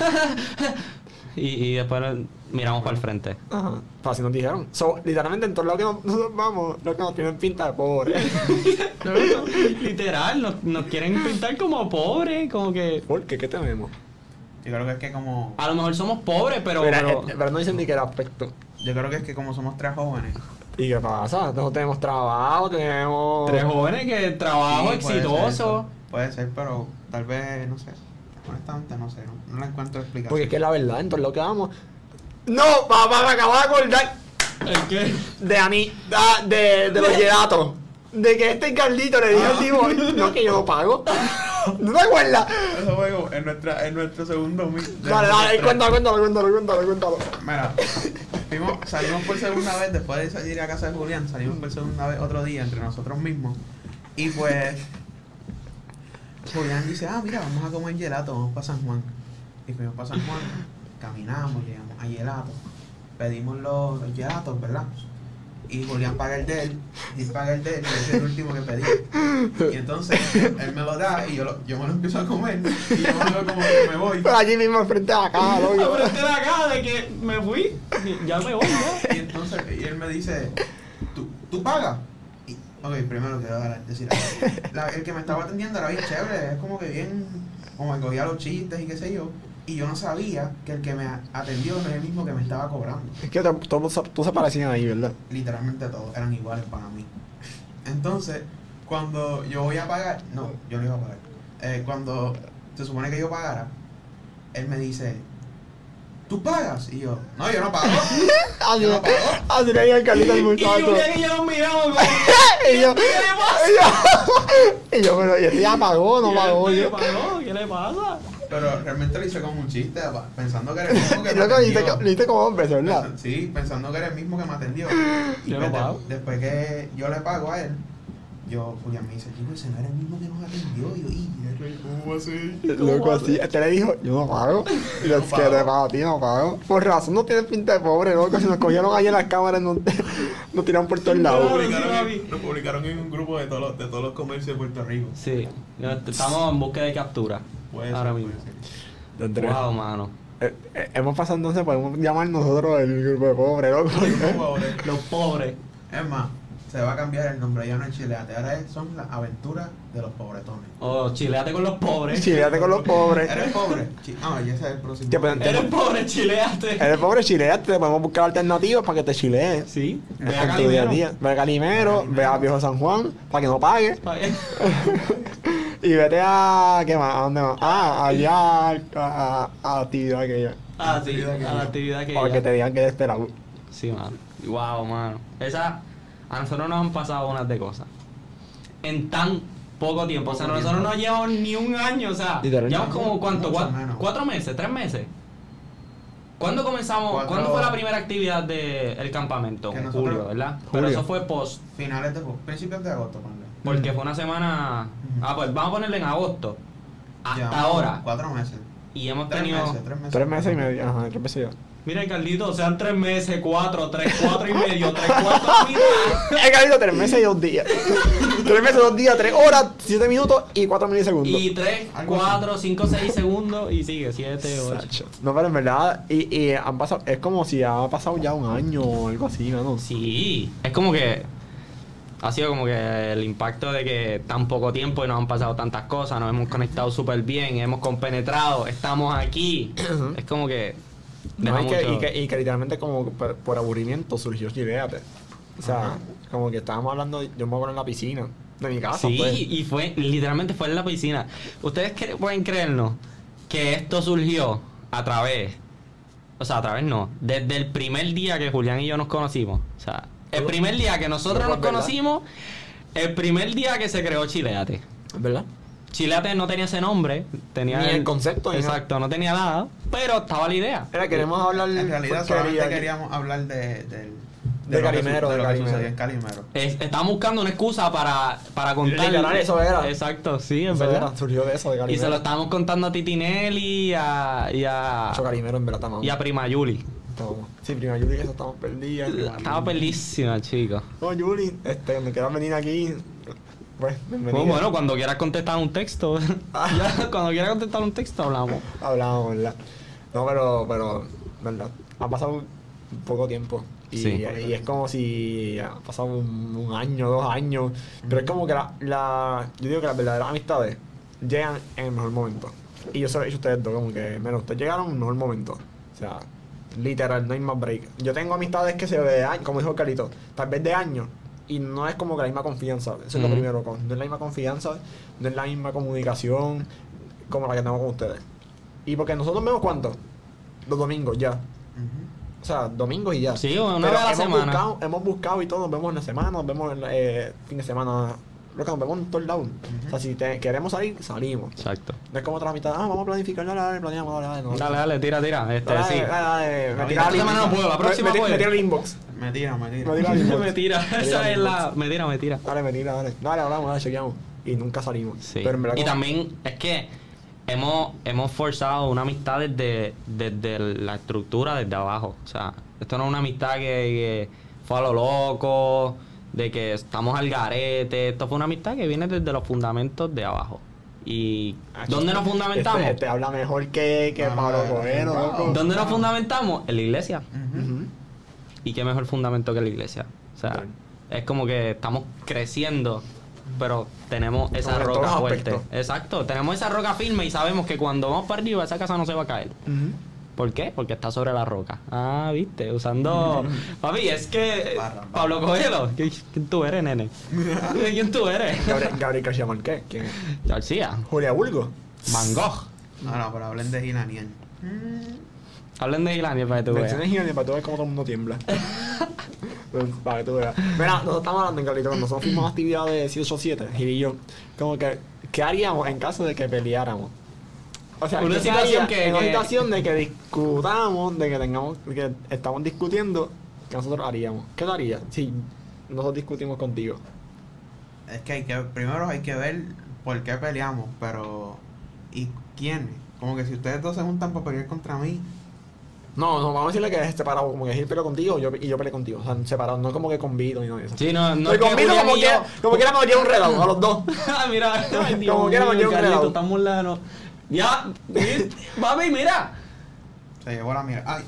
Speaker 1: y, y después miramos para el frente.
Speaker 2: Ajá. Pues así nos dijeron. So, literalmente en todos lados que nos- nosotros vamos, los que nos tienen pinta de pobre.
Speaker 1: Literal, nos, nos quieren pintar como pobres, como que...
Speaker 2: ¿Por qué? ¿Qué tenemos?
Speaker 3: Yo creo que es que como.
Speaker 1: A lo mejor somos pobres, pero...
Speaker 2: Mira, eh,
Speaker 1: pero-
Speaker 2: pero, no dicen ni que era aspecto.
Speaker 3: Yo creo que es que como somos tres jóvenes.
Speaker 2: ¿Y qué pasa? Nosotros tenemos trabajo, tenemos.
Speaker 1: tres jóvenes que trabajo
Speaker 3: oh. Sí, puede ser
Speaker 1: exitoso.
Speaker 3: eso. Puede ser, pero tal vez, no sé. Honestamente, no sé. No, no la encuentro explicación.
Speaker 2: Porque es que la verdad, en todos lados que vamos. ¡No! Papá, me acabo de acordar.
Speaker 1: ¿El qué?
Speaker 2: de Ani, ah, de, de los gelatos. De que este Carlito le dijo al tipo, no, que yo no pago. ¿No te acuerdas?
Speaker 3: Eso fue como en, nuestra, en nuestro segundo meet. de
Speaker 2: Dale, dale,
Speaker 3: nosotros
Speaker 2: cuéntalo, cuéntalo, cuéntalo, cuéntalo, cuéntalo.
Speaker 3: Mira, fuimos- salimos por segunda vez después de salir a casa de Julián, salimos por segunda vez otro día entre nosotros mismos. Y pues Julián dice, ah, mira, vamos a comer gelato, vamos para San Juan. Y fuimos para San Juan, caminamos, llegamos a gelato, pedimos los, los gelatos, ¿verdad? Y Julián paga el de él, y paga el de él, y ese es el último que pedí. Y entonces él me lo da y yo, lo- yo me lo empiezo a comer, y yo me lo como que me voy.
Speaker 2: Pero allí mismo enfrente de la caja, loco.
Speaker 1: Aprendí de acá de que me fui, ya me voy, ¿no?
Speaker 3: Y entonces y él me dice, ¿tú, tú pagas? Y, ok, primero quiero dar- decir algo. La- el que me estaba atendiendo era bien chévere, es como que bien, como que cogía los chistes y qué sé yo. Y yo no sabía que el que me a- atendió era el mismo que me estaba cobrando.
Speaker 2: Es que to- todos se- todos se parecían ahí, ¿verdad?
Speaker 3: Literalmente todos eran iguales para mí. Entonces, cuando yo voy a pagar, no, yo no iba a pagar. Eh, cuando se supone que yo pagara, él me dice, ¿tú pagas? Y yo, no, yo no pago.
Speaker 2: Así le- así le dijo el Carlito al
Speaker 1: Y
Speaker 2: muchacho.
Speaker 1: Julián y yo nos miramos como...
Speaker 2: Y yo, y yo, y yo, pero ¿y este ya pagó, no pagó
Speaker 1: ¿Qué
Speaker 2: yo.
Speaker 1: le pagó? ¿Qué le pasa?
Speaker 3: Pero realmente lo hice como un chiste, pa- pensando que era el mismo que
Speaker 2: Y
Speaker 3: me
Speaker 2: loco, viste
Speaker 3: atendió.
Speaker 2: co- viste como hombre, ¿verdad?
Speaker 3: Pensa- Sí, pensando que era el mismo que me atendió. Y
Speaker 1: Yo no
Speaker 3: pues de-
Speaker 1: pago.
Speaker 3: Después que yo le pago a él, yo, Julián me dice, chico, ese no era el mismo que nos atendió. Y yo, "Y, ¿cómo va a ser?
Speaker 2: Loco, así, este le dijo, yo no pago. Y los que te pago a ti, no pago. Por razón, no tienes pinta de pobre, loco. Si nos cogieron ahí en las cámaras, nos, nos tiraron por todos
Speaker 1: Claro,
Speaker 2: lados.
Speaker 1: sí,
Speaker 3: Publicaron en-
Speaker 1: papi.
Speaker 3: Lo publicaron en un grupo de todos los, de todos los comercios de Puerto Rico.
Speaker 1: Sí, estamos en busca de captura.
Speaker 3: Puede ser,
Speaker 1: ahora
Speaker 3: puede
Speaker 1: mismo.
Speaker 3: ser.
Speaker 1: Wow, mano.
Speaker 2: Eh, eh, hemos pasado entonces, podemos llamar nosotros el grupo de pobre, loco.
Speaker 3: Por favor, eh.
Speaker 1: Los pobres.
Speaker 3: Es más, se va a cambiar el nombre, ya no es Chileate, ahora es- son las aventuras de los pobretones.
Speaker 1: Oh, chileate con los pobres.
Speaker 2: Chileate con los pobres. pues,
Speaker 3: ¿Eres pobre? Chi- Ah, ya ese es el próximo.
Speaker 2: Te pueden-
Speaker 1: Eres pobre, chileate.
Speaker 2: Eres pobre, chileate. Te podemos buscar alternativas para que te chilees.
Speaker 1: Sí.
Speaker 2: Ve
Speaker 1: Ve
Speaker 2: a
Speaker 1: acá,
Speaker 2: tu día a
Speaker 1: Lucero.
Speaker 2: día. Ve a Calimero, ve a Viejo San Juan, para que no pague.
Speaker 1: Pa-
Speaker 2: Y vete a. ¿Qué más? ¿A dónde más? Ah, allá, a, a, a la actividad aquella.
Speaker 1: Ah, sí, a la actividad que
Speaker 2: Para que
Speaker 1: ella-
Speaker 2: te digan que eres pelado.
Speaker 1: Sí, mano. Wow, mano. Esa, a nosotros nos han pasado unas de cosas. En tan poco tiempo. O sea,
Speaker 3: Poco
Speaker 1: nosotros no
Speaker 3: tiempo.
Speaker 1: llevamos ni un año. O sea,
Speaker 2: Literal.
Speaker 1: llevamos como cuánto,
Speaker 3: Mucho
Speaker 1: Cua-
Speaker 3: menos.
Speaker 1: cuatro meses, tres meses. ¿Cuándo comenzamos?
Speaker 3: Cuatro-
Speaker 1: ¿Cuándo fue la primera actividad del campamento?
Speaker 3: Que nosotros-
Speaker 1: Julio, ¿verdad? Pero
Speaker 6: Julio.
Speaker 1: eso fue post,
Speaker 3: Finales de agosto, principios de agosto, ponle.
Speaker 1: porque
Speaker 6: Mm.
Speaker 1: fue una semana... Ah, pues vamos a ponerle en agosto. Hasta
Speaker 3: Llevamos
Speaker 1: ahora.
Speaker 3: Cuatro meses.
Speaker 1: Y hemos
Speaker 3: Tres
Speaker 1: tenido...
Speaker 3: meses, tres meses.
Speaker 2: Tres meses y medio, ajá, tres meses y medio.
Speaker 1: Mira, Carlito, sean tres meses, cuatro, tres, cuatro y medio, tres, cuatro y medio.
Speaker 2: He caído tres meses y dos días. tres meses, dos días, tres horas, siete minutos y cuatro milisegundos.
Speaker 1: Y tres,
Speaker 3: Algo así.
Speaker 1: cuatro, cinco, seis segundos y sigue, siete, ocho.
Speaker 2: Sacho. No, pero en verdad, y, y han pasado, es como si ha pasado ya un año o algo así, mano.
Speaker 1: Sí, es como que ha sido como que el impacto de que tan poco tiempo y nos han pasado tantas cosas, nos hemos conectado súper bien, hemos compenetrado, estamos aquí. es como que...
Speaker 2: No,
Speaker 1: deja
Speaker 2: y, que,
Speaker 1: mucho-
Speaker 2: y, que, y que literalmente como por, por aburrimiento surgió Chileate. O sea, como que estábamos hablando, yo me acuerdo en la piscina de mi casa.
Speaker 1: Sí,
Speaker 2: pues.
Speaker 1: y fue, literalmente fue en la piscina. Ustedes cre- pueden creernos que esto surgió a través, o sea, a través no, desde el primer día que Julián y yo nos conocimos. O sea, el primer día que nosotros nos
Speaker 6: pues, ¿Verdad?
Speaker 1: conocimos, el primer día que se creó Chileate.
Speaker 6: ¿Verdad?
Speaker 1: Chileate no tenía ese nombre, tenía
Speaker 6: Ni el concepto, ni nada.
Speaker 1: Exacto, no tenía nada, pero estaba la idea.
Speaker 2: Era, queremos hablar
Speaker 3: En realidad
Speaker 2: porquería
Speaker 3: solamente
Speaker 2: aquí.
Speaker 3: queríamos hablar de, del
Speaker 2: De
Speaker 3: lo que
Speaker 2: Calimero,
Speaker 3: su- de
Speaker 2: de
Speaker 3: lo que
Speaker 2: Calimero.
Speaker 3: sucedió en Calimero.
Speaker 1: Es- estaban buscando una excusa para, para contar.
Speaker 6: Literal, eso era.
Speaker 1: Exacto, sí, es
Speaker 2: Eso
Speaker 1: verdad.
Speaker 2: era, surgió de eso, de
Speaker 1: Y
Speaker 2: Calimero.
Speaker 1: se lo estábamos contando a Titinelli a, y a.
Speaker 2: Mucho Calimero, en verdad, estamos.
Speaker 1: Y a Prima Yuli.
Speaker 2: estamos- Sí, prima Yuli, que eso estamos perdidas.
Speaker 1: Estaba
Speaker 2: perdida
Speaker 1: pelísima, chico.
Speaker 2: No, Yuli, este, cuando quieras venir aquí, pues, bienvenida. Ah.
Speaker 1: Bueno, bueno, cuando quieras contestar un texto. ya, cuando quieras contestar un texto, hablamos.
Speaker 2: Hablamos, ¿verdad? No, pero, pero, ¿verdad? Ha pasado poco tiempo. Y,
Speaker 1: Sí.
Speaker 2: y es como si ha pasado un, un año, dos años. Pero es como que la, la- yo digo que las verdaderas amistades llegan en el mejor momento. Y yo se lo he dicho a ustedes dos, como que, menos ustedes llegaron en el mejor momento. O sea, literal, no hay más break. Yo tengo amistades que se ve de años, como dijo Carlito, tal vez de años. Y no es como que la misma confianza, eso es lo
Speaker 1: Ujú.
Speaker 2: primero. con- No es la misma confianza, no es la misma comunicación como la que tengo con ustedes. Y porque nosotros vemos cuánto? Los domingos ya.
Speaker 3: Ujú.
Speaker 2: O sea, domingos y ya.
Speaker 1: Sí, una
Speaker 2: Pero
Speaker 1: vez a la
Speaker 2: hemos
Speaker 1: semana.
Speaker 2: Buscado, hemos buscado y todo, nos vemos en la semana, nos vemos en la- eh, fin de semana. Lo que nos vemos en todo el lado. O sea, si te- queremos salir, salimos.
Speaker 1: Exacto.
Speaker 2: No es como otra mitad, ah, vamos a planificar, dale, dale, planeamos, dale, dale. no.
Speaker 1: Dale, dale, tira, tira. Este,
Speaker 2: Dale,
Speaker 1: sí.
Speaker 2: dale, dale,
Speaker 3: Esta
Speaker 2: me tira al
Speaker 1: semana no
Speaker 2: inbox.
Speaker 1: puedo, la
Speaker 2: Me-
Speaker 1: próxima
Speaker 2: me, tira-
Speaker 1: puedo.
Speaker 2: me tira el inbox.
Speaker 3: Me tira, me tira.
Speaker 2: Me tira el inbox.
Speaker 1: me tira. Esa es la. Me tira, me tira.
Speaker 2: Dale, me tira, dale. Dale, hablamos, dale, chequeamos. Y nunca salimos.
Speaker 1: Sí.
Speaker 2: Pero en verdad
Speaker 1: y
Speaker 2: como-
Speaker 1: también es que hemos, hemos forzado una amistad desde, desde la estructura, desde abajo. O sea, esto no es una amistad que, que fue a lo loco, de que estamos al garete. Esto fue una amistad que viene desde los fundamentos de abajo. ¿Y
Speaker 2: Ah,
Speaker 1: dónde nos
Speaker 2: este-
Speaker 1: fundamentamos?
Speaker 2: Este, este habla mejor que, que
Speaker 3: Ah,
Speaker 2: Pablo Coelho,
Speaker 3: wow.
Speaker 2: loco.
Speaker 1: ¿Dónde nos fundamentamos? En la iglesia.
Speaker 3: Ujú.
Speaker 2: Ujú.
Speaker 1: ¿Y qué mejor fundamento que la iglesia? O sea,
Speaker 2: Claro.
Speaker 1: es como que estamos creciendo, pero tenemos esa
Speaker 2: Como en
Speaker 1: roca
Speaker 2: todos
Speaker 1: fuerte.
Speaker 2: aspectos.
Speaker 1: Exacto, tenemos esa roca firme y sabemos que cuando vamos para arriba esa casa no se va a caer. ¿Por qué? Porque está sobre la roca. Ah, viste, usando... Papi, es que...
Speaker 3: Barra, barra.
Speaker 1: Pablo Coelho, ¿qui- ¿quién tú eres, nene? ¿Quién tú eres?
Speaker 2: Gabriel, Gabriel García Márquez. ¿Quién es?
Speaker 1: García,
Speaker 2: Julia Bulgo.
Speaker 1: Van Gogh.
Speaker 3: No, no, pero hablen de Gilaniel.
Speaker 2: Mm.
Speaker 1: Hablen de Islandia para que tú veas.
Speaker 2: Menciones Gilaniel para tú ver cómo todo el mundo tiembla. para que tú veas. Mira, nosotros estamos hablando en Carlito, cuando nosotros fuimos a actividad de 787, Gil y yo, como que, ¿qué haríamos en caso de que peleáramos? O sea,
Speaker 1: Una
Speaker 2: ¿qué se
Speaker 1: situación
Speaker 2: haría
Speaker 1: que-
Speaker 2: en una
Speaker 1: que-
Speaker 2: situación de que discutamos, de que tengamos, de que estamos discutiendo, ¿qué nosotros haríamos? ¿Qué tú harías si nosotros discutimos contigo?
Speaker 3: Es que hay que, primero hay que ver por qué peleamos, pero ¿y quién? Como que si ustedes dos se juntan para pelear contra mí,
Speaker 2: No, no, vamos a decirle que es separado, como que Gil peleó contigo y yo, y yo peleé contigo. O sea, separado, no como que convido ni nada de eso.
Speaker 1: Sí, no, no
Speaker 2: Oye,
Speaker 1: es que
Speaker 2: conmigo
Speaker 1: Julián
Speaker 2: como
Speaker 1: y
Speaker 2: que,
Speaker 1: yo-
Speaker 2: como quiera me lleva un reloj a los dos.
Speaker 1: Ah, mira, ay, Dios
Speaker 2: Como quiera,
Speaker 1: mío,
Speaker 2: me llevo un
Speaker 1: Carlito,
Speaker 2: grado.
Speaker 1: estamos lano. Ya, ¿viste? papi, mira.
Speaker 3: se llevó la mira. Ay,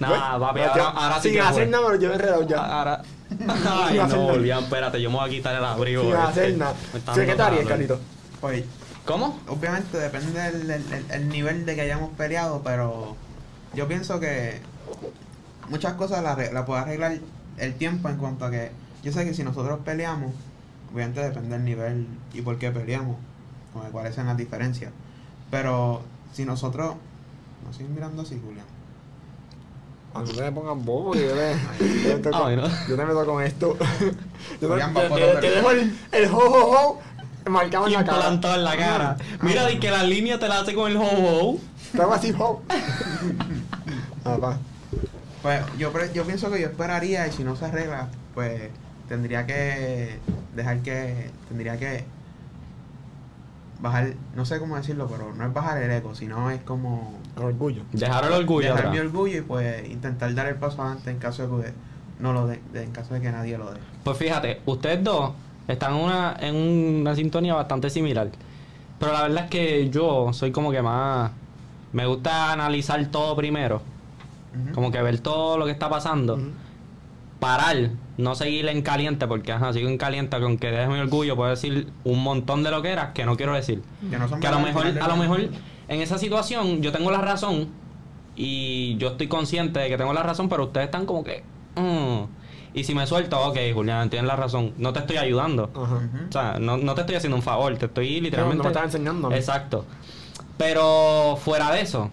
Speaker 1: Nah, papi,
Speaker 2: Pero
Speaker 1: ahora,
Speaker 2: yo-
Speaker 1: ahora sí
Speaker 2: Pues, sin
Speaker 1: que
Speaker 2: hacer
Speaker 1: fue.
Speaker 2: nada, me lo llevo enredado ya.
Speaker 1: Ahora. Ay,
Speaker 2: Sin hacer
Speaker 1: no,
Speaker 2: nada.
Speaker 1: Julián, espérate, yo me voy a quitar el abrigo.
Speaker 2: Sin
Speaker 1: este.
Speaker 2: hacer nada.
Speaker 1: Me está
Speaker 2: Sí,
Speaker 1: dando
Speaker 2: ¿Qué te harías,
Speaker 1: calor.
Speaker 2: Carlito?
Speaker 3: pues
Speaker 1: ¿Cómo?
Speaker 3: obviamente depende del, del- del- el nivel de que hayamos peleado, pero yo pienso que muchas cosas las arre- las puede arreglar el tiempo en cuanto a que yo sé que si nosotros peleamos, obviamente depende del nivel y por qué peleamos, con el cuáles son las diferencias. Pero si nosotros, no estoy mirando así, Julián.
Speaker 2: A mí Ah, me pongan bobo, que yo te,
Speaker 3: Ay.
Speaker 2: yo te,
Speaker 1: Ay, no.
Speaker 2: yo te meto con esto. yo te,
Speaker 3: Julián va
Speaker 2: te-
Speaker 3: por
Speaker 2: te-
Speaker 3: otro.
Speaker 2: te dejo el, el ho, ho, ho marcado en la cara.
Speaker 1: Implantado en la cara. Mira, y que la línea te la hace con el ho
Speaker 2: Estaba así, jo. Papá.
Speaker 3: Pues yo, pre- yo pienso que yo esperaría y si no se arregla, pues tendría que dejar que. Tendría que. Bajar, no sé cómo decirlo, pero no es bajar el ego, sino es como.
Speaker 2: Con orgullo.
Speaker 1: Dejar el orgullo
Speaker 3: dejar
Speaker 1: atrás.
Speaker 3: mi orgullo y pues intentar dar el paso adelante en caso de que no lo dé, de- en caso de que nadie lo dé.
Speaker 1: Pues fíjate, ustedes dos están en una, en una sintonía bastante similar. Pero la verdad es que yo soy como que más... Me gusta analizar todo primero.
Speaker 3: Ujú.
Speaker 1: Como que ver todo lo que está pasando. Parar, no seguir en caliente, porque ajá, sigo en caliente, que aunque deje mi orgullo, puedo decir un montón de lo que era que no quiero decir.
Speaker 3: Que, no son
Speaker 1: Que a lo
Speaker 3: malas,
Speaker 1: mejor,
Speaker 3: al final
Speaker 1: a lo
Speaker 3: de-
Speaker 1: mejor en esa situación yo tengo la razón y yo estoy consciente de que tengo la razón, pero ustedes están como que... "Mm". Y si me suelto, ok, Julián, tienes la razón. No te estoy ayudando.
Speaker 2: Ajá.
Speaker 3: Ujú.
Speaker 1: O sea, no, no te estoy haciendo un favor, te estoy literalmente...
Speaker 2: no me estás enseñando a mí.
Speaker 1: Exacto. Pero fuera de eso,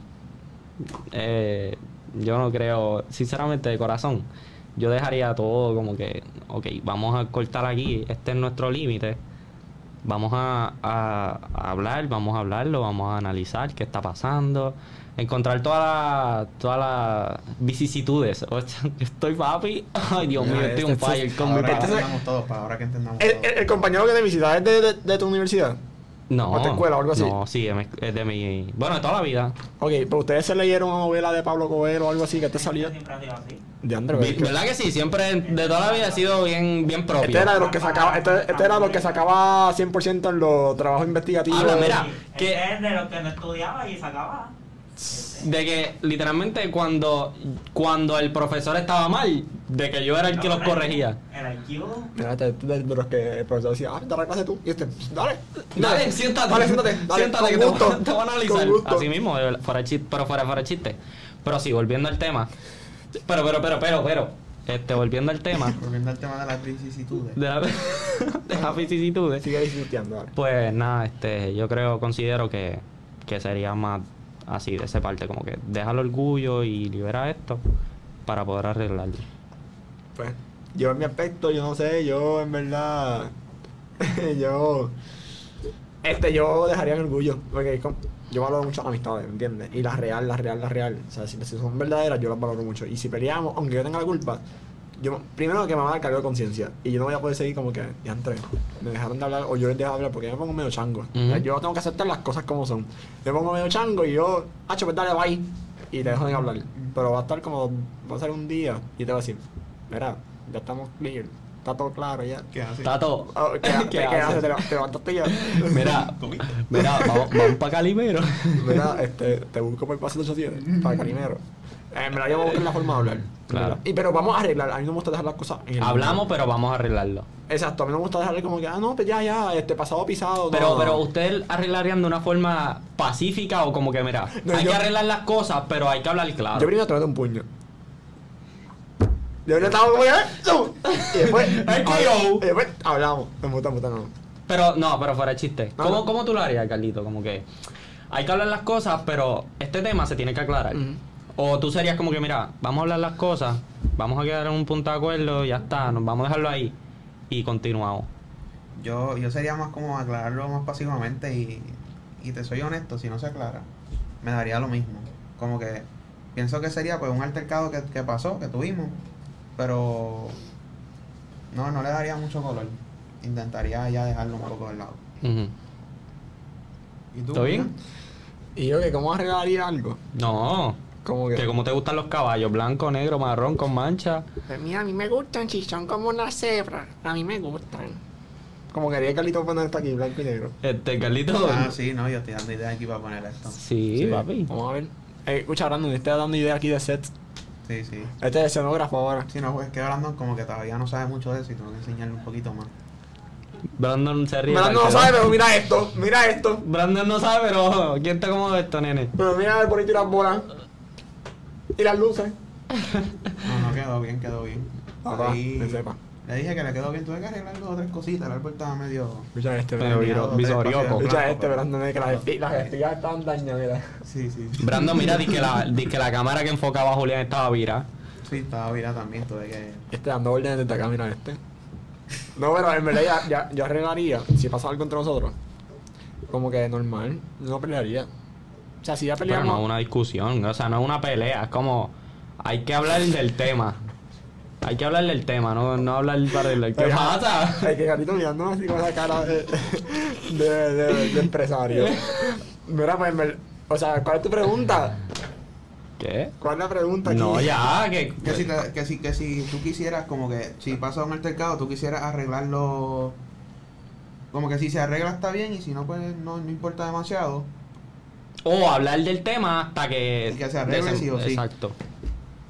Speaker 1: eh, yo no creo, sinceramente de corazón, yo dejaría todo como que, ok, vamos a cortar aquí, este es nuestro límite. Vamos a, a- a hablar, vamos a hablarlo, vamos a analizar qué está pasando, encontrar todas las todas las vicisitudes. O sea, yo estoy papi, ay Dios mío,
Speaker 2: Mira,
Speaker 1: estoy
Speaker 2: este
Speaker 1: un
Speaker 2: fue-
Speaker 1: fire con mi Eh,
Speaker 3: Ahora que
Speaker 1: papá.
Speaker 3: entendamos todo, para ahora que entendamos
Speaker 2: El,
Speaker 3: todo.
Speaker 2: el- el compañero que te visitaba es de, de- de tu universidad.
Speaker 1: No,
Speaker 2: ¿O te escuela o algo así?
Speaker 1: No, sí, es mi- es de mi. Bueno, de toda la vida.
Speaker 2: Ok, pero ustedes se leyeron una novela de Pablo Coelho o algo así que te salió. De André,
Speaker 1: Vi- ¿Verdad que sí? Siempre, de toda la vida he sido bien, bien propio.
Speaker 2: Este era de los que sacaba, este, este era de los que sacaba 100% en los trabajos investigativos.
Speaker 1: Habla, Ah, mira,
Speaker 5: que
Speaker 1: que-
Speaker 5: es de los que no estudiaba y sacaba. Este, Ese.
Speaker 1: De que literalmente cuando, cuando el profesor estaba mal, de que yo era el que los corregía.
Speaker 5: El IQ.
Speaker 2: Mira, este es de, de los que el profesor decía, ah, dale la clase tú. Y este, dale.
Speaker 1: Dale, siéntate.
Speaker 2: Dale, siéntate. Dale,
Speaker 1: siéntate que
Speaker 2: con
Speaker 1: te,
Speaker 2: gusto,
Speaker 1: voy- te voy a analizar.
Speaker 2: con gusto.
Speaker 1: Así mismo, de verdad, fuera chiste, pero fuera, fuera chiste. Pero sí, volviendo al tema. Pero, pero, pero, pero, pero. Este, volviendo al tema.
Speaker 3: Volviendo al tema de las vicisitudes.
Speaker 1: De, la- de las vicisitudes.
Speaker 2: Sigue disfrutando, dale.
Speaker 1: Pues nada, este, yo creo, considero que, que sería más así, de esa parte, como que deja el orgullo y libera esto para poder arreglarlo.
Speaker 2: Pues, yo en mi aspecto, yo no sé, yo en verdad, yo, este, yo dejaría el orgullo, porque com- yo valoro mucho las amistades, ¿me entiendes? Y las real, las real, las real, o sea, si, si son verdaderas, yo las valoro mucho. Y si peleamos, aunque yo tenga la culpa, yo, primero que me va a dar cargo de conciencia, y yo no voy a poder seguir como que, ya entre, me dejaron de hablar, o yo les dejo de hablar, porque yo me pongo medio chango.
Speaker 1: Ujú.
Speaker 2: O sea, Yo tengo que aceptar las cosas como son. Me pongo medio chango y yo, hacho, pues dale, bye, y te dejo de hablar. Pero va a estar como, va a ser un día, y te va a decir, Mira, ya estamos clear. Está todo claro ya.
Speaker 3: ¿Qué hace?
Speaker 1: Tato,
Speaker 2: Ah, ¿Qué,
Speaker 1: ¿qué
Speaker 2: qué
Speaker 1: haces?
Speaker 2: haces? Te leva- te levantaste ya.
Speaker 1: Mira, mira, vamos, para Calimero.
Speaker 2: Mira, este, te busco por el paso 810 para Calimero. En verdad, yo voy a buscar la forma de hablar.
Speaker 1: Claro.
Speaker 2: ¿verdad? Y, pero vamos a arreglar. A mí no me gusta dejar las cosas. en el-
Speaker 1: Hablamos, pero vamos a arreglarlo.
Speaker 2: Exacto, a mí no me gusta dejarle como que, ah, no, pues ya, ya, este pasado pisado.
Speaker 1: Pero,
Speaker 2: no.
Speaker 1: pero ustedes arreglarían de una forma pacífica o como que, mira,
Speaker 2: No,
Speaker 1: hay
Speaker 2: yo-
Speaker 1: que arreglar las cosas, pero hay que hablar
Speaker 2: Yo
Speaker 1: claro.
Speaker 2: primero te meto un puño. Yo primero estaba como que, "Ah, no". Y después.
Speaker 1: Ay, tío.
Speaker 2: y después hablamos. Me gusta, me gusta, no.
Speaker 1: Pero no, pero fuera de chiste.
Speaker 2: No,
Speaker 1: ¿Cómo,
Speaker 2: no.
Speaker 1: ¿Cómo tú lo harías, Carlito? Como que hay que hablar las cosas, pero este tema se tiene que aclarar.
Speaker 2: Ujú.
Speaker 1: O tú serías como que, mira, vamos a hablar las cosas, vamos a quedar en un punto de acuerdo, ya está, nos vamos a dejarlo ahí y continuamos.
Speaker 3: Yo, yo sería más como aclararlo más pasivamente y, y te soy honesto, si no se aclara, me daría lo mismo. Como que pienso que sería pues un altercado que, que pasó, que tuvimos, pero no, no le daría mucho color. Intentaría ya dejarlo un poco de lado.
Speaker 1: Ujú.
Speaker 3: ¿Y tú?
Speaker 1: ¿Todo bien?
Speaker 3: Julián?
Speaker 2: Y yo, que, ¿cómo arreglaría algo?
Speaker 1: No,
Speaker 2: Como
Speaker 1: que como te gustan los caballos, blanco, negro, marrón, con mancha.
Speaker 7: Pues mira, a mí me gustan, si son como una cebra. A mí me gustan.
Speaker 2: Como quería Carlito poner esto aquí, blanco y negro.
Speaker 1: Este, Carlito.
Speaker 3: Ah, sí, no, yo estoy dando ideas aquí para poner esto.
Speaker 1: Sí, papi.
Speaker 2: Vamos a ver. Eh, escucha, Brandon, está dando idea aquí de set.
Speaker 3: Sí, sí.
Speaker 2: Este es escenógrafo ahora.
Speaker 3: Si no, pues es que Brandon como que todavía no sabe mucho de eso y tengo que enseñarle un poquito más.
Speaker 1: Brandon se ríe.
Speaker 2: Brandon no
Speaker 1: Carlito.
Speaker 2: sabe, pero mira esto, mira esto.
Speaker 1: Brandon no sabe, pero ¿quién te acomoda esto, nene?
Speaker 2: Pero mira el bonito y las bolas. Y las luces.
Speaker 3: No, no quedó bien, quedó bien.
Speaker 2: Papá,
Speaker 3: Ahí-
Speaker 2: Ah, que sepa.
Speaker 3: Le dije que le quedó bien, tuve que arreglar dos o tres cositas, el árbol estaba medio...
Speaker 2: Escucha este,
Speaker 1: Pero
Speaker 2: Brandon.
Speaker 1: viro-
Speaker 3: Dos, tres
Speaker 1: visorioco.
Speaker 3: espacios de
Speaker 2: Escucha
Speaker 3: blanco,
Speaker 2: este,
Speaker 3: pero-
Speaker 2: Brandon, eh, que las esti- las estigas estaban dañadas.
Speaker 3: Sí, sí.
Speaker 1: Brandon, mira, dice que, la, di que la cámara que enfocaba a Julián estaba vira.
Speaker 3: Sí, estaba virada también, tuve que...
Speaker 2: Este dando órdenes desde acá, mira este. No, pero en verdad ya, ya, yo arreglaría, si pasa algo entre nosotros, como que normal, no pelearía. sea, si ya
Speaker 1: Pero
Speaker 2: peleamos.
Speaker 1: no es una discusión, o sea, no es una pelea, es como hay que hablar del tema. Hay que hablar del tema, no, no hablar para el ¿Qué
Speaker 2: Oiga,
Speaker 1: pasa?
Speaker 2: Ay, que Carlito mirándonos así con esa cara de, de, de- de empresario. Mira, pues, me- o sea, ¿cuál es tu pregunta?
Speaker 1: ¿Qué?
Speaker 2: ¿Cuál es la pregunta aquí?
Speaker 1: No, ya, que.
Speaker 3: Que si, te- que, si, que si tú quisieras, como que si pasa un altercado, tú quisieras arreglarlo. Como que si se arregla está bien y si no, pues no, no importa demasiado.
Speaker 1: O hablar del tema hasta que.
Speaker 3: Y que se arregle sí o sí.
Speaker 1: Exacto.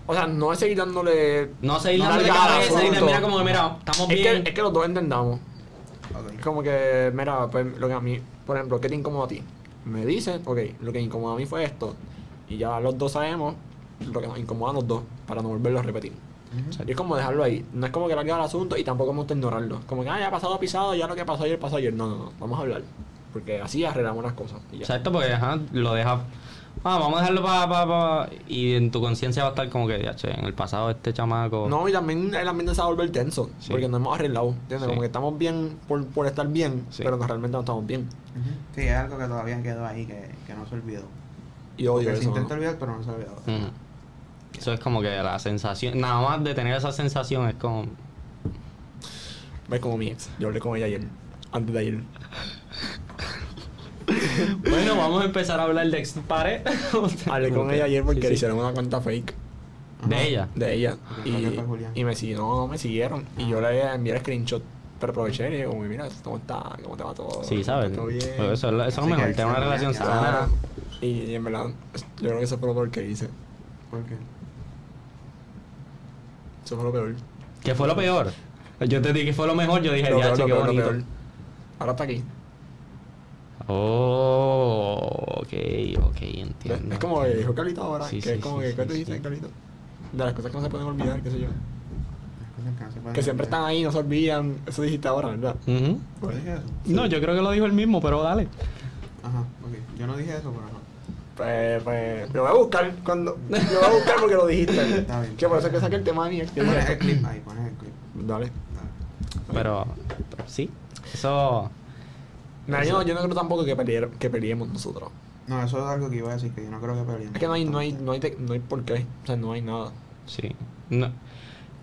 Speaker 2: O sea, no es seguir dándole.
Speaker 1: No se
Speaker 2: No
Speaker 1: dándole
Speaker 2: largar al
Speaker 1: cabeza y
Speaker 2: asunto.
Speaker 1: termina como que, mira, estamos
Speaker 2: Es que,
Speaker 1: bien.
Speaker 2: es que los dos entendamos.
Speaker 3: Ok.
Speaker 2: Como que, mira, pues lo que a mí, por ejemplo, ¿qué te incomoda a ti? Me dices, ok, lo que incomoda a mí fue esto. Y ya los dos sabemos lo que nos incomoda a los dos para no volverlo a repetir. Y es como dejarlo ahí. No es como que largar el asunto y tampoco me gusta ignorarlo. Como que, ah, ya ha pasado pisado, ya lo que pasó ayer pasó ayer. No, no, no, vamos a hablar. Porque así arreglamos las cosas. Y ya.
Speaker 1: Exacto, porque ajá, lo dejas. Ah, vamos a dejarlo para. Pa, pa, y en tu conciencia va a estar como que, ya, che, en el pasado este chamaco.
Speaker 2: No, y también el ambiente se va a volver tenso.
Speaker 1: Sí.
Speaker 2: Porque no hemos arreglado. ¿entiendes?
Speaker 1: Sí.
Speaker 2: Como que estamos bien por, por estar bien,
Speaker 1: Sí.
Speaker 2: pero no, realmente no estamos bien.
Speaker 3: Ujú. Sí, es algo que todavía quedó ahí, que, que no se olvidó.
Speaker 2: Y odio
Speaker 3: que se
Speaker 2: eso.
Speaker 3: intenta
Speaker 2: ¿no?
Speaker 3: olvidar, pero no se olvidó.
Speaker 1: Ujú. Eso es como que la sensación. Nada más de tener esa sensación es como.
Speaker 2: Ves como mi ex. Yo hablé con ella ayer. Antes de ayer.
Speaker 1: Bueno, vamos a empezar a hablar de expares.
Speaker 2: Hablé con ella ayer porque
Speaker 1: Sí, sí.
Speaker 2: le hicieron una cuenta fake
Speaker 1: De ella.
Speaker 2: de ella.
Speaker 3: Porque Ah, creo que fue Julián. Ah.
Speaker 2: Y, y me siguieron, no, me siguieron. Y yo le envié el screenshot. Pero aproveché y le dije, como, mira, ¿cómo está? ¿Cómo te va todo?
Speaker 1: Sí, ¿sabes?
Speaker 2: ¿Todo bien?
Speaker 1: Eso, es lo- eso es lo
Speaker 3: Así
Speaker 1: mejor,
Speaker 3: que
Speaker 1: tener una
Speaker 3: excelente,
Speaker 1: relación
Speaker 3: ya.
Speaker 1: sana.
Speaker 2: Ah, y, y en verdad, yo creo que eso fue lo peor que hice.
Speaker 3: Porque
Speaker 2: Eso fue lo peor.
Speaker 1: ¿Qué fue lo peor? Yo te dije que fue lo mejor, yo dije,
Speaker 2: Lo
Speaker 1: ya,
Speaker 2: peor,
Speaker 1: che,
Speaker 2: lo
Speaker 1: qué
Speaker 2: peor, lo
Speaker 1: bonito.
Speaker 2: peor. Ahora está aquí.
Speaker 1: Oh, ok, ok, entiendo.
Speaker 2: Es como que dijo Carlito ahora,
Speaker 1: Sí,
Speaker 2: que
Speaker 1: sí,
Speaker 2: es como
Speaker 1: sí,
Speaker 2: que, ¿qué
Speaker 1: sí,
Speaker 2: te dice
Speaker 1: sí.
Speaker 2: Carlito? De las cosas que no se pueden olvidar, qué sé yo.
Speaker 3: las cosas que no se pueden
Speaker 2: Que siempre están
Speaker 3: olvidar.
Speaker 2: ahí, no se olvidan. Eso dijiste ahora, ¿verdad?
Speaker 1: Ujú.
Speaker 3: ¿Yo dije eso?
Speaker 1: No, yo creo que lo dijo él mismo, pero dale.
Speaker 3: Ajá, ok. Yo no dije eso, pero no.
Speaker 2: Pues, pues, lo voy a buscar cuando. Lo voy a buscar porque lo dijiste.
Speaker 3: Está bien.
Speaker 2: que por eso es que saqué el tema de mi ex.
Speaker 3: Pones el clip ahí, pones el clip.
Speaker 2: Dale.
Speaker 3: Dale.
Speaker 1: Pero, pero sí, eso.
Speaker 2: Mira, yo, no- yo no creo tampoco que, pelear- que peleemos nosotros.
Speaker 3: No, eso es algo que iba a decir, que yo no creo que peleemos.
Speaker 2: Es que no hay, no hay, no hay, te- no hay por qué. O sea, no hay nada.
Speaker 1: Sí. No.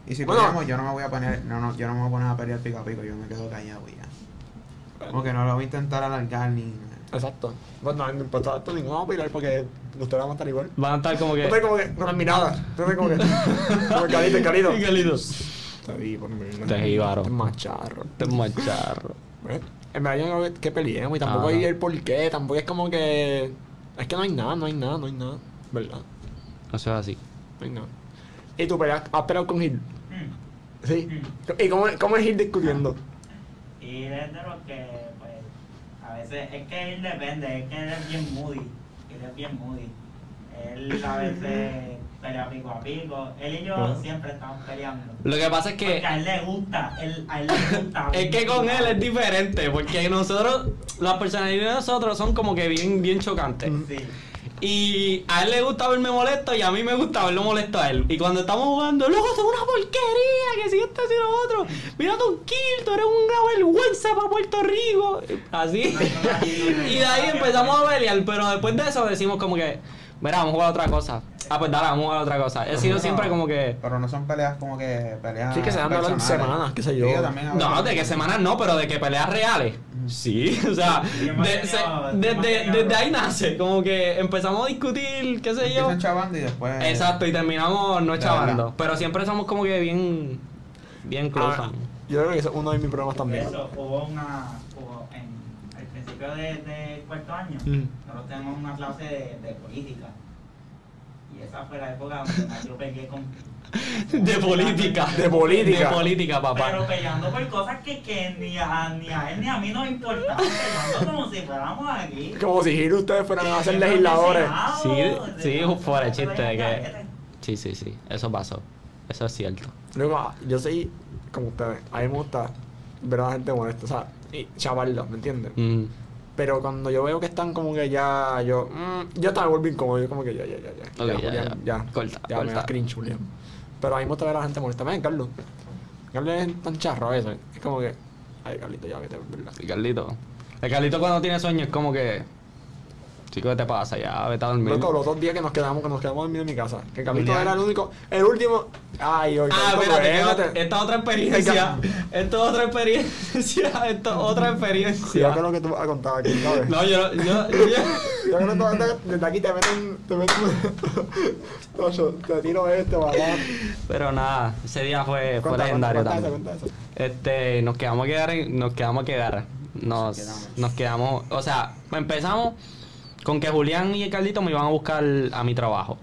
Speaker 3: Y si
Speaker 2: Bueno.
Speaker 3: peleamos, yo no me voy a poner, no, no, yo no me voy a poner a pelear pico a pico, yo me quedo callado y ya. Como que no lo voy a intentar alargar ni nada.
Speaker 2: Exacto. Bueno, no importa esto, ninguno vamos a pelear porque ustedes van a estar igual.
Speaker 1: Van a estar como que.
Speaker 2: Ustedes como que con las miradas. Ustedes como que. Como Carlito, Carlito.
Speaker 1: Calidos.
Speaker 2: Te di, por mí.
Speaker 1: Te jibaron.
Speaker 2: Te macharro.
Speaker 1: Te macharro.
Speaker 2: Eh, En verdad yo no creo que- que peleemos y tampoco
Speaker 1: Ah.
Speaker 2: hay el porqué, tampoco es como que... Es que no hay nada, no hay nada, no hay nada. ¿Verdad?
Speaker 1: Eso es así.
Speaker 2: No hay nada. ¿Y tú peleas, has peleado con Gil?
Speaker 5: Mm.
Speaker 2: Sí. ¿Y cómo, cómo es Gil discutiendo?
Speaker 5: Y es de los que, pues, a veces, es que él depende, es que él es bien moody, él es bien moody. Él a veces pelea pico a pico, él y yo
Speaker 2: Ajá.
Speaker 5: siempre estamos peleando.
Speaker 1: Lo que pasa es que.
Speaker 5: Porque a él le gusta, él, a él le gusta.
Speaker 1: Es que con él es diferente, porque nosotros, las personalidades de nosotros son como que bien, bien chocantes.
Speaker 5: Sí.
Speaker 1: Y a él le gusta verme molesto y a mí me gusta verlo molesto a él. Y cuando estamos jugando, loco, tú eres una porquería, que si esto, si lo otro. Mira tu kill, tú eres una vergüenza para Puerto Rico. Así. y de ahí empezamos a pelear, pero después de eso decimos como que, mira, vamos a jugar a otra cosa. Ah, pues dale, vamos a jugar a otra cosa. He sido siempre como que...
Speaker 3: Pero no son peleas como que peleas.
Speaker 2: Sí, que se dan de hablar
Speaker 3: personales.
Speaker 2: semanas, qué sé yo.
Speaker 3: que también a
Speaker 1: No,
Speaker 3: veces-
Speaker 1: de que semanas no, pero de que peleas reales. Sí, o sea,
Speaker 5: Y hemos
Speaker 1: de- se-
Speaker 5: tenido-
Speaker 1: desde
Speaker 5: hemos tenido-
Speaker 1: desde ahí nace, como que empezamos a discutir, qué sé yo.
Speaker 3: Empiezan chavando y después.
Speaker 1: Exacto, y terminamos no
Speaker 3: De
Speaker 1: chavando.
Speaker 3: verdad.
Speaker 1: Pero siempre somos como que bien. Bien close.
Speaker 2: Ah, yo creo que eso es uno de mis problemas
Speaker 5: Por
Speaker 2: también.
Speaker 5: eso hubo una. Hubo en, al principio de, de cuarto año,
Speaker 2: Mm.
Speaker 5: nosotros tenemos una clase de, de política. Y esa fue la época donde más yo peleé con.
Speaker 1: De política.
Speaker 2: De política.
Speaker 1: De política, papá.
Speaker 5: Pero peleando por cosas que, que ni, a, ni a él ni a mí nos importaban. Peleando como si fuéramos aquí.
Speaker 2: Como si Gil ustedes fueran a ser legisladores.
Speaker 1: Sí, sí, fuera chiste de que. Sí, sí, sí. Eso pasó. Eso es cierto.
Speaker 2: Luego, ah, yo soy como ustedes. A mí me gusta ver a la gente molesta, o sea, y chavarla, ¿me entiendes?
Speaker 1: Mm.
Speaker 2: Pero cuando yo veo que están como que ya, yo, mm, yo estaba volviendo incómodo, yo como que ya, ya, ya, ya.
Speaker 1: Ok, ya,
Speaker 2: ya, Julián,
Speaker 1: ya.
Speaker 2: ya.
Speaker 1: Corta,
Speaker 2: ya, me
Speaker 1: corta.
Speaker 2: da cringe, Julián. Pero ahí me gusta ver a la gente molesta. Ven, Carlos. Carlos es tan charro a veces. Es como que, ay, Carlito, ya vete, ¿verdad?
Speaker 1: Y Carlito. El Carlito cuando tiene sueño es como que. Chico, ¿qué te pasa? Ya, vete a dormir.
Speaker 2: Loco, los dos días que nos quedamos, que nos quedamos dormidos en mi casa. Que Carlito
Speaker 3: Julián.
Speaker 2: era el único, el último. Ay, oye,
Speaker 1: Ah,
Speaker 2: Carlito, pues,
Speaker 1: espérate, que
Speaker 2: espérate.
Speaker 1: esta otra experiencia. Esta otra experiencia. Esta otra experiencia.
Speaker 2: Cuidado con lo que tú vas a contar aquí, ¿sabes?
Speaker 1: No, yo, yo, yo-
Speaker 2: Yo creo que tú andas- desde aquí te meten, te meten, Tocho, te tiro este, va.
Speaker 1: Pero nada, ese día fue, fue legendario también. Este, nos quedamos a quedar, en- nos quedamos a quedar. Nos,
Speaker 3: Nos quedamos.
Speaker 1: nos quedamos, o sea, empezamos con que Julián y el Carlito me iban a buscar a mi trabajo.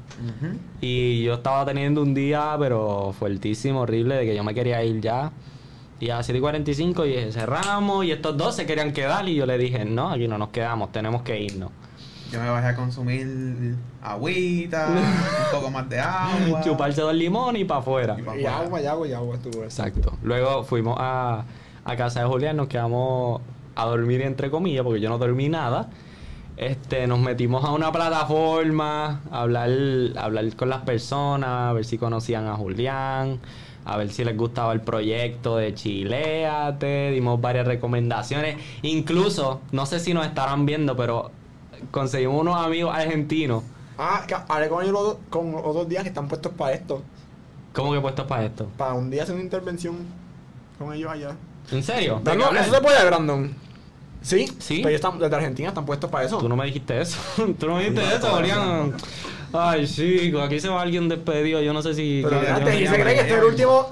Speaker 1: Y yo estaba teniendo un día, pero fuertísimo, horrible, de que yo me quería ir ya. Y a las 7 y 45 dije, cerramos, y estos dos se querían quedar. Y yo le dije, no, aquí no nos quedamos, tenemos que irnos.
Speaker 3: Yo me bajé a consumir agüita, un poco más de agua.
Speaker 1: Chuparse dos limones y para afuera.
Speaker 3: Y pa'
Speaker 2: Y agua, y agua, y agua estuvo eso.
Speaker 1: Exacto. Luego fuimos a, a casa de Julián, nos quedamos a dormir entre comillas, porque yo no dormí nada. Este, nos metimos a una plataforma, a hablar, a hablar con las personas, a ver si conocían a Julián, a ver si les gustaba el proyecto de Chileate, dimos varias recomendaciones. Incluso, no sé si nos estarán viendo, pero conseguimos unos amigos argentinos.
Speaker 2: Ah, que hablé con ellos los dos- con los dos días que están puestos para esto.
Speaker 1: ¿Cómo que puestos para esto?
Speaker 2: Para un día hacer una intervención con ellos allá.
Speaker 1: ¿En serio? eh.
Speaker 2: Brandon, ¿eso se puede, Brandon? ¿Sí?
Speaker 1: Sí.
Speaker 2: Pero ellos están, desde Argentina están puestos para eso.
Speaker 1: Tú no me dijiste eso. Tú no me dijiste eso, Orián. Ay, chico, aquí se va alguien despedido. Yo no sé si.
Speaker 2: Pero
Speaker 1: yo- yo
Speaker 2: espérate,
Speaker 1: no
Speaker 2: y
Speaker 1: llamo.
Speaker 2: se cree que este es el
Speaker 3: llama.
Speaker 2: último...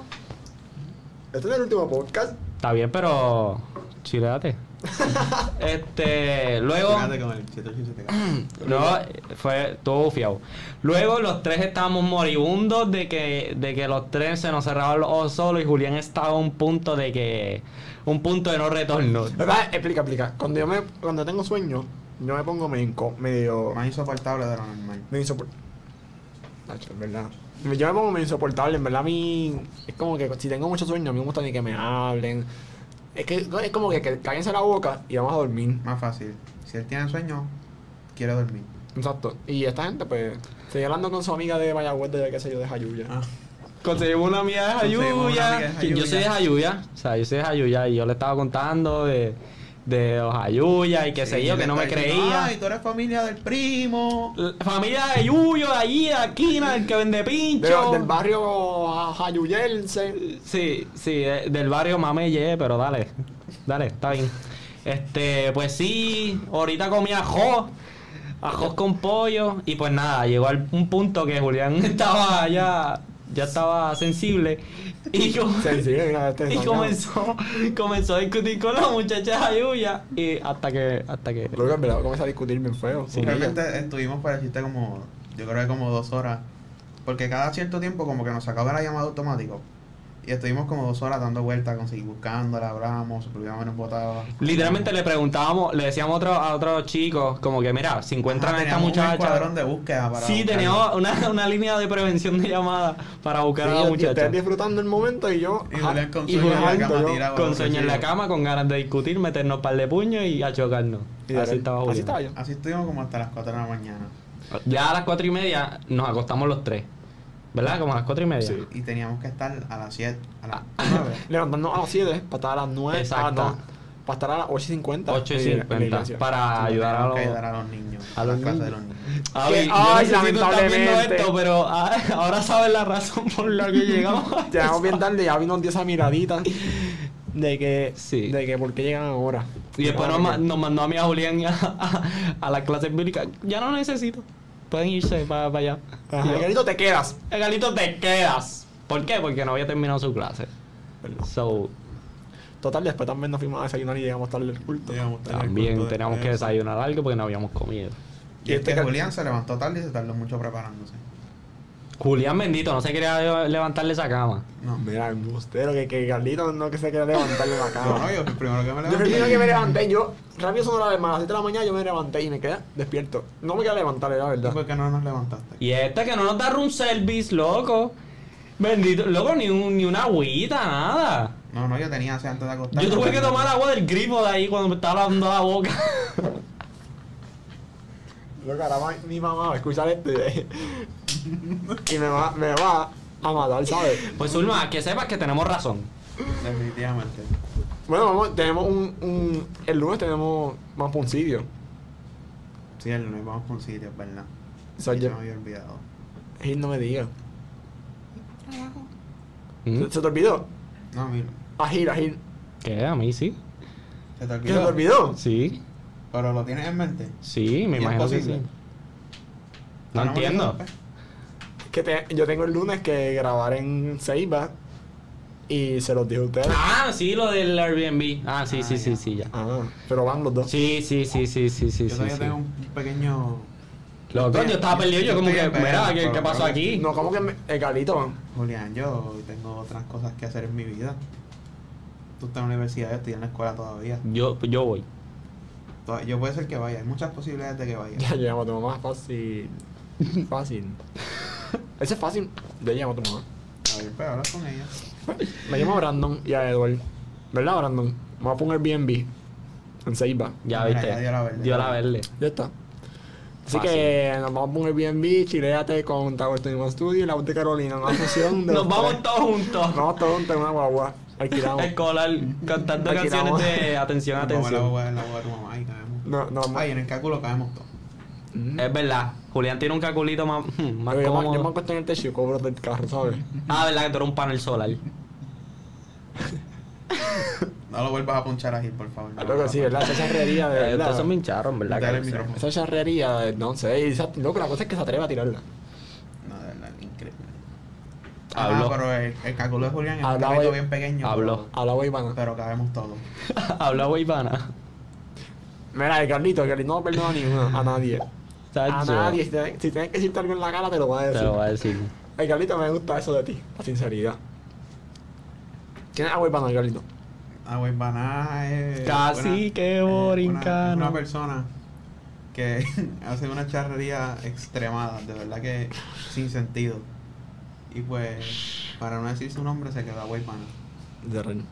Speaker 2: Este es el último podcast.
Speaker 1: Está bien, pero. Chileate. este. Luego.
Speaker 3: Fíjate con el 787.
Speaker 1: No, fue todo bufiado. Luego los tres estábamos moribundos de que, de que los tres se nos cerraban los ojos solos y Julián estaba a un punto de que. Un punto de no retorno.
Speaker 2: ¿Verdad? Explica, explica. Cuando yo me, cuando tengo sueño, yo me pongo medio, inco- medio,
Speaker 3: Más insoportable de lo normal.
Speaker 2: medio insoportable. Nacho, en verdad. Yo me pongo medio insoportable, en verdad a mí es como que si tengo mucho sueño, a mí me gusta ni que me hablen. Es que es como que, que cállense la boca y vamos a dormir.
Speaker 3: Más fácil. Si él tiene sueño, quiere dormir.
Speaker 2: Exacto. Y esta gente, pues, sigue hablando con su amiga de Mayagüez, de qué sé yo, de Jayuya.
Speaker 1: Conseguimos una amiga de
Speaker 3: Conseguimos una
Speaker 1: Jayuya.
Speaker 3: amiga de
Speaker 1: Que Yo soy de Jayuya. O sea, yo soy de Jayuya y yo le estaba contando de, de los Jayuya y que
Speaker 3: Sí,
Speaker 1: sé yo, que no me
Speaker 3: está diciendo, Ay,
Speaker 1: creía.
Speaker 3: tú eres familia del primo.
Speaker 1: La Familia de Yuyo, de allí, de aquí, el que vende
Speaker 2: De-
Speaker 1: pincho.
Speaker 2: del barrio a- jayuyense.
Speaker 1: Sí, sí, de- del barrio Mameye, pero dale. Dale, está bien. Este, pues sí, ahorita comí ajo. Ajos con pollo. Y pues nada, llegó al un punto que Julián estaba ya. Ya estaba sensible. Y como-
Speaker 2: Sí, sí, mira, este
Speaker 1: Y
Speaker 2: es
Speaker 1: comenzó, comenzó a discutir con la muchacha de Ayuya y hasta que, hasta que.
Speaker 2: Luego, en verdad, comienza a discutir bien feo.
Speaker 1: Sí.
Speaker 3: Realmente estuvimos para el chiste como, yo creo que como dos horas. Porque cada cierto tiempo como que nos sacaba la llamada automático. Y estuvimos como dos horas dando vueltas, conseguí buscándola, hablábamos, suprimíamos, nos botaba.
Speaker 1: Literalmente le preguntábamos, le decíamos a otros a otros chicos, como que mira, si encuentran a esta
Speaker 3: Ah, Teníamos Un
Speaker 1: muchacha.
Speaker 3: cuadrón de búsqueda para
Speaker 1: Sí,
Speaker 3: buscarla.
Speaker 1: teníamos una, una línea de prevención de llamada para buscar a la muchacha.
Speaker 2: Estás disfrutando el momento y yo.
Speaker 3: Y Julián con
Speaker 2: y
Speaker 3: sueño en la
Speaker 2: Julián,
Speaker 3: cama
Speaker 2: yo-
Speaker 3: tirado.
Speaker 1: Con sueño en la cama, con ganas de discutir, meternos par de puños y a chocarnos.
Speaker 2: Y
Speaker 1: así
Speaker 2: así
Speaker 1: estaba Julián.
Speaker 2: Así estaba yo.
Speaker 3: Así estuvimos como hasta las 4 de la mañana.
Speaker 1: Ya a las cuatro y media nos acostamos los tres. ¿Verdad? Como a las cuatro y media.
Speaker 2: Sí.
Speaker 3: Y teníamos que estar a las 7, a
Speaker 1: Ah,
Speaker 3: las
Speaker 2: Levantándonos a las 7 para estar a las 9.
Speaker 1: Exacto.
Speaker 2: para estar a las 8 y eh, 50.
Speaker 1: 8 y 50 para ayudar a los,
Speaker 3: que ayudar a los niños.
Speaker 1: a
Speaker 3: A
Speaker 1: los
Speaker 3: las casas de
Speaker 1: niños.
Speaker 3: los niños.
Speaker 1: Ay,
Speaker 2: Que-
Speaker 1: yo no
Speaker 2: ay,
Speaker 1: sé si tú estás viendo
Speaker 2: lamentablemente.
Speaker 1: esto, pero ah, ahora sabes la razón por la que llegamos. a
Speaker 2: Llegamos
Speaker 1: eso.
Speaker 2: bien tarde, ya vino 10 miraditas. De que.
Speaker 1: Sí.
Speaker 2: De que por qué llegan ahora.
Speaker 1: Y después
Speaker 2: Ah,
Speaker 1: nos, ma-
Speaker 2: porque-
Speaker 1: nos mandó a mí a Julián a, a, a la clase bíblica. Ya no necesito. Pueden irse para allá.
Speaker 2: Ajá,
Speaker 1: Y yo,
Speaker 2: Miguelito, te quedas.
Speaker 1: Galito, te quedas. ¿Por qué? Porque no había terminado su clase. So,
Speaker 2: Total, después también nos fuimos a desayunar y llegamos tarde al culto.
Speaker 1: también teníamos que desayunar algo porque no habíamos comido.
Speaker 3: Y este Julián se levantó tarde y se tardó mucho preparándose.
Speaker 1: Julián bendito, no se quería levantarle esa cama.
Speaker 3: No,
Speaker 2: Mira, embustero, que, que Carlito no que se quiera levantar de la
Speaker 3: no,
Speaker 2: cama.
Speaker 3: no, yo fui el primero que
Speaker 2: Yo
Speaker 3: me
Speaker 2: fui el
Speaker 3: levanté.
Speaker 2: primero que me levanté, yo rápido son las demás, a las 7 de la mañana yo me levanté y me quedé despierto. No me quedé levantar, la
Speaker 3: ¿Y
Speaker 2: verdad.
Speaker 3: por qué no nos levantaste?
Speaker 1: Y este que no nos da room service, loco. Bendito, loco, ni, un- ni una agüita, nada.
Speaker 3: No, no, yo tenía hace antes de acostarme.
Speaker 1: Yo tuve que tomar agua del grifo de ahí cuando me estaba lavando la boca.
Speaker 2: Loco, ahora va- mi mamá va a escuchar esto y- y me va, me va a matar, ¿sabes?
Speaker 1: Pues Zulma, que sepas que tenemos razón.
Speaker 3: Definitivamente.
Speaker 2: Bueno, vamos, tenemos un, un- El lunes tenemos más puncidio.
Speaker 3: Sí, el lunes vamos por un sitio, es verdad.
Speaker 2: So,
Speaker 3: Yo
Speaker 2: yo-
Speaker 3: me había olvidado.
Speaker 2: Gil, no me digas.
Speaker 8: Trabajo.
Speaker 1: ¿Mm?
Speaker 2: ¿Se, se te olvidó?
Speaker 3: No, mira.
Speaker 2: A Gil, a Gil.
Speaker 1: ¿Qué? A mí sí.
Speaker 3: ¿Se te
Speaker 2: ¿Que
Speaker 3: olvidó?
Speaker 2: se te olvidó?
Speaker 1: Sí,
Speaker 3: Pero lo tienes en mente.
Speaker 1: sí, me
Speaker 3: ¿Y es
Speaker 1: imagino que sí.
Speaker 3: posible?
Speaker 1: No
Speaker 3: Hablamos
Speaker 1: entiendo.
Speaker 3: después.
Speaker 2: Que te- yo tengo el lunes que grabar en Ceiba y se los dije a ustedes.
Speaker 1: Ah, sí, lo del Airbnb. Ah, sí,
Speaker 3: Ah,
Speaker 1: sí, sí,
Speaker 3: ya.
Speaker 1: sí, ya.
Speaker 2: Ah, pero van los dos.
Speaker 1: Sí, sí, sí, sí, sí, sí,
Speaker 3: Yo
Speaker 1: sí.
Speaker 3: todavía
Speaker 1: sí.
Speaker 3: tengo un un pequeño.
Speaker 1: Loco, yo estaba perdido, yo como
Speaker 3: estoy
Speaker 1: que,
Speaker 3: en
Speaker 1: mira,
Speaker 3: pena,
Speaker 1: ¿qué-
Speaker 3: pero
Speaker 1: qué pasó
Speaker 3: creo que-
Speaker 1: aquí?
Speaker 2: No, como que me- el Carlito.
Speaker 3: Julián, yo tengo otras cosas que hacer en mi vida. Tú estás en la universidad, yo estoy en la escuela todavía.
Speaker 1: Yo, yo voy.
Speaker 3: Toda- Yo puede ser que vaya, hay muchas posibilidades de que vaya.
Speaker 2: Ya llegamos a tu mamá, fácil. Fácil. Ese es fácil. Ya llegamos a tu mamá.
Speaker 3: A ver, pues hablas con ella.
Speaker 2: Me llamo Brandon y a Edward. ¿Verdad, Brandon? Vamos a poner Airbnb en Ceiba.
Speaker 1: Ya
Speaker 3: Mira,
Speaker 1: viste.
Speaker 3: ya dio la verde.
Speaker 1: Dio la verde.
Speaker 2: Ya está. Así
Speaker 1: Fácil.
Speaker 2: que nos vamos a poner Airbnb, chileate con Tower 21 Studio y la voz de Carolina. Una fusión de.
Speaker 1: Nos
Speaker 2: los
Speaker 1: vamos
Speaker 2: tres.
Speaker 1: todos juntos.
Speaker 2: Nos vamos todos juntos en una guagua. Alquilamos.
Speaker 1: Escolar cantando
Speaker 2: Aquí
Speaker 1: canciones
Speaker 2: vamos.
Speaker 1: de atención,
Speaker 3: Nos vamos a la
Speaker 1: atención.
Speaker 3: boca- en la boca de tu mamá y caemos.
Speaker 2: No, no, vamos.
Speaker 3: Ay, en el cálculo caemos todos.
Speaker 1: Es verdad, Julián tiene un calculito más, mm, más
Speaker 2: Yo, me- yo me
Speaker 1: cómodo.
Speaker 2: acuesto en el techo y cobro del carro, ¿sabes?
Speaker 1: Ah, verdad que tú eres un panel solar. Eh,
Speaker 3: No lo vuelvas a ponchar a Gil, por favor. No,
Speaker 2: Loco,
Speaker 3: no,
Speaker 2: sí,
Speaker 3: no.
Speaker 2: ¿verdad? Esa charrería de
Speaker 1: Eh, Ustedes
Speaker 2: verdad.
Speaker 1: son bien charros, en ¿verdad?
Speaker 3: Dale
Speaker 1: que
Speaker 3: el
Speaker 1: sí.
Speaker 3: micrófono.
Speaker 2: Esa charrería de, no sé, y esa- loco, la cosa es que se atreve a tirarla.
Speaker 3: No, de verdad, increíble.
Speaker 1: Habló.
Speaker 3: Ah, pero el, el cálculo de Julián es
Speaker 2: Hablaba
Speaker 3: un poquito
Speaker 2: yo-
Speaker 3: bien pequeño.
Speaker 1: Habló.
Speaker 2: Habla
Speaker 3: pero-
Speaker 2: huevana.
Speaker 3: Pero cabemos todos.
Speaker 1: Habla Weibana.
Speaker 2: Mira, el Carlito, el Carlito no perdona ni una, a nadie. A
Speaker 1: Chacho,
Speaker 2: nadie. Si, te- si tienes que decirte algo en la cara, te lo voy a
Speaker 1: Te
Speaker 2: decir.
Speaker 1: lo voy a decir.
Speaker 2: El Carlito me gusta eso de ti, la sinceridad. ¿Tienes agua y pana, Carlito?
Speaker 3: Agua Baná Ah, es.
Speaker 1: Casi que
Speaker 3: eh,
Speaker 1: borincano.
Speaker 3: Una, es una persona que hace una charrería extremada, de verdad que sin sentido. Y pues, para no decir su nombre, se quedó Agua Baná.
Speaker 2: De reino.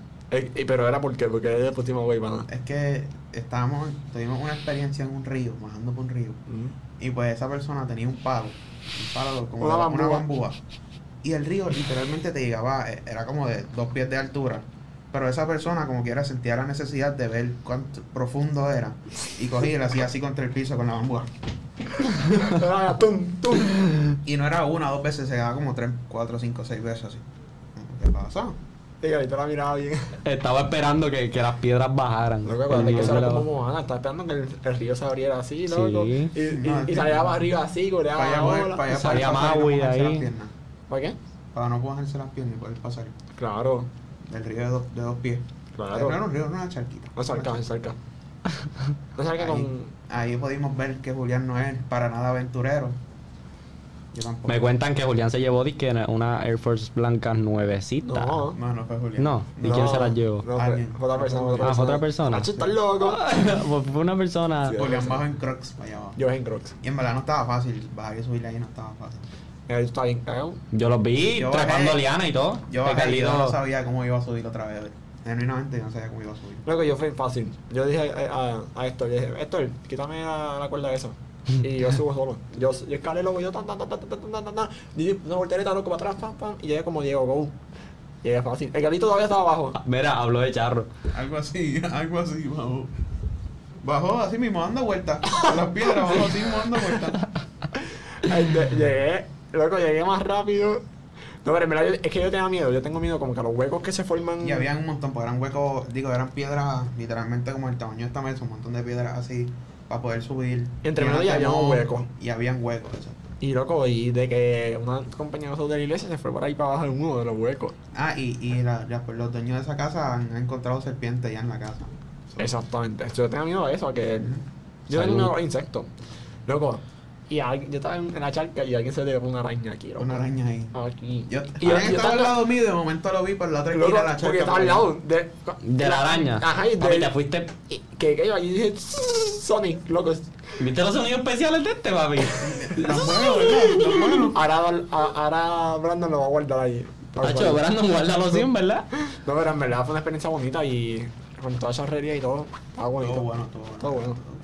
Speaker 2: pero era porque, porque él le pusimos agua y pana.
Speaker 3: Es que estábamos, tuvimos una experiencia en un río, bajando por un río.
Speaker 1: Mm.
Speaker 3: Y pues esa persona tenía un palo. Un palo como
Speaker 2: Una
Speaker 3: de-
Speaker 2: bambúa.
Speaker 3: bambúa. Y el río literalmente te llegaba, eh, era como de dos pies de altura. Pero esa persona como quiera sentía la necesidad de ver cuánto profundo era. Y cogía y le hacía así contra el piso con la bambúa.
Speaker 2: Era tum, tum.
Speaker 3: Y no era una, dos veces, se daba como tres, cuatro, cinco, seis veces así. ¿Qué pasa?
Speaker 2: Y Carlito la miraba bien.
Speaker 1: Estaba esperando que, que las piedras bajaran.
Speaker 2: Loco, acuérdate que
Speaker 1: El
Speaker 2: eso
Speaker 1: nivel
Speaker 2: era
Speaker 1: de la-
Speaker 2: como Moana, estaba esperando que el, el río se abriera así, loco.
Speaker 1: Sí.
Speaker 2: Y, y, y
Speaker 3: No, entiendo.
Speaker 2: salía para arriba así, goleaba
Speaker 3: Para allá
Speaker 2: la
Speaker 3: poder-
Speaker 2: ola.
Speaker 3: para allá
Speaker 1: Salía
Speaker 3: poder pasar y no
Speaker 1: Maui
Speaker 3: mojarse las
Speaker 1: ahí.
Speaker 3: piernas.
Speaker 2: ¿Para qué?
Speaker 3: Para no mojarse las piernas y poder pasar
Speaker 2: Claro,
Speaker 3: del río de dos, de dos pies.
Speaker 2: claro.
Speaker 3: No era un río, era una charquita.
Speaker 2: No salca, no salca. No salca
Speaker 3: Ahí,
Speaker 2: con.
Speaker 3: ahí pudimos ver que Julián no es para nada aventurero. Yo tampoco.
Speaker 1: Me cuentan que Julián se llevó disque una Air Force blanca nuevecita.
Speaker 2: No.
Speaker 3: No, no fue Julián.
Speaker 1: No. ¿Y quién se las llevó?
Speaker 2: No, fue,
Speaker 3: Alguien.
Speaker 2: fue otra persona. fue
Speaker 1: Ah, fue otra persona.
Speaker 2: Nacho, estás loco.
Speaker 1: Pues Fue una persona.
Speaker 2: Sí.
Speaker 3: Julián bajó en Crocs para allá abajo.
Speaker 2: Yo en Crocs.
Speaker 3: Y en verdad no estaba fácil. Bajar y subir ahí no estaba fácil.
Speaker 2: Mira, yo estaba bien cagado.
Speaker 1: Yo los vi
Speaker 3: Yo
Speaker 1: trepando
Speaker 3: bajé.
Speaker 1: liana y todo.
Speaker 3: Yo,
Speaker 1: Que
Speaker 3: bajé y yo
Speaker 1: Carlito-
Speaker 3: no sabía cómo iba a subir otra vez. Genuinamente yo no sabía cómo iba a subir.
Speaker 2: Luego yo fui fácil. Yo dije a, a, a Héctor, yo dije, Héctor, quítame la, la cuerda esa. Y yo subo solo. Yo, yo escalé luego, yo tan, tan, tan, tan, tan, tan, tan, tan, tan, di una voltereta loco para atrás, pam, pam, y llegué como Diego Go. Llegué fácil. El galito todavía estaba abajo.
Speaker 1: Mira, habló de charro.
Speaker 3: Algo así, algo así, bajó. Bajó así mismo, dando vueltas. Con las piedras, bajó así mismo, dando vueltas.
Speaker 2: Ay, de- llegué, loco, llegué más rápido. No, pero en verdad yo- es que yo tenía miedo, yo tengo miedo como que a los huecos que se forman.
Speaker 3: Y habían un montón, porque eran huecos, digo, eran piedras literalmente como el tamaño de esta mesa, un montón de piedras así para poder subir.
Speaker 2: Entre
Speaker 3: Y
Speaker 2: medio
Speaker 3: eran
Speaker 2: y había un
Speaker 3: temón,
Speaker 2: hueco.
Speaker 3: Y habían huecos, exacto.
Speaker 2: Y loco, y de que una compañera de nosotros de la iglesia se fue por ahí para abajo en uno de los huecos.
Speaker 3: Ah, y, y la- la- pues los dueños de esa casa han, han encontrado serpientes ya en la casa. So,
Speaker 2: Exactamente. Yo tenía miedo a eso, a que. Yo
Speaker 1: Salud.
Speaker 2: tenía miedo a los insectos. Loco. Y al- yo estaba en en la charca y alguien se le pegó una araña aquí, loco.
Speaker 3: Una araña ahí.
Speaker 2: Aquí.
Speaker 3: Yo,
Speaker 2: y yo, yo
Speaker 3: alguien estaba
Speaker 2: estaba
Speaker 3: al lado mío y de momento lo vi por la otra
Speaker 2: Loco,
Speaker 3: esquina de la charca.
Speaker 2: porque estaba
Speaker 3: por
Speaker 2: al
Speaker 3: allá.
Speaker 2: lado de,
Speaker 1: De la araña.
Speaker 2: Ajá, y
Speaker 1: Papi,
Speaker 2: de,
Speaker 1: te fuiste.
Speaker 2: y- que, que yo ahí dije, Sonic, loco.
Speaker 1: ¿Viste los sonidos especiales de este, papi?
Speaker 3: Tan bueno, ¿verdad? Tan bueno.
Speaker 2: Ahora, a- ahora Brandon lo va a guardar ahí. Para
Speaker 1: Tacho,
Speaker 2: guardar.
Speaker 1: Ah, Brandon, guárdalo sin, ¿verdad?
Speaker 2: No, pero en verdad fue una experiencia bonita y con toda charrería y todo. Estaba bonito.
Speaker 3: Todo bueno, todo bueno.
Speaker 2: Todo bueno.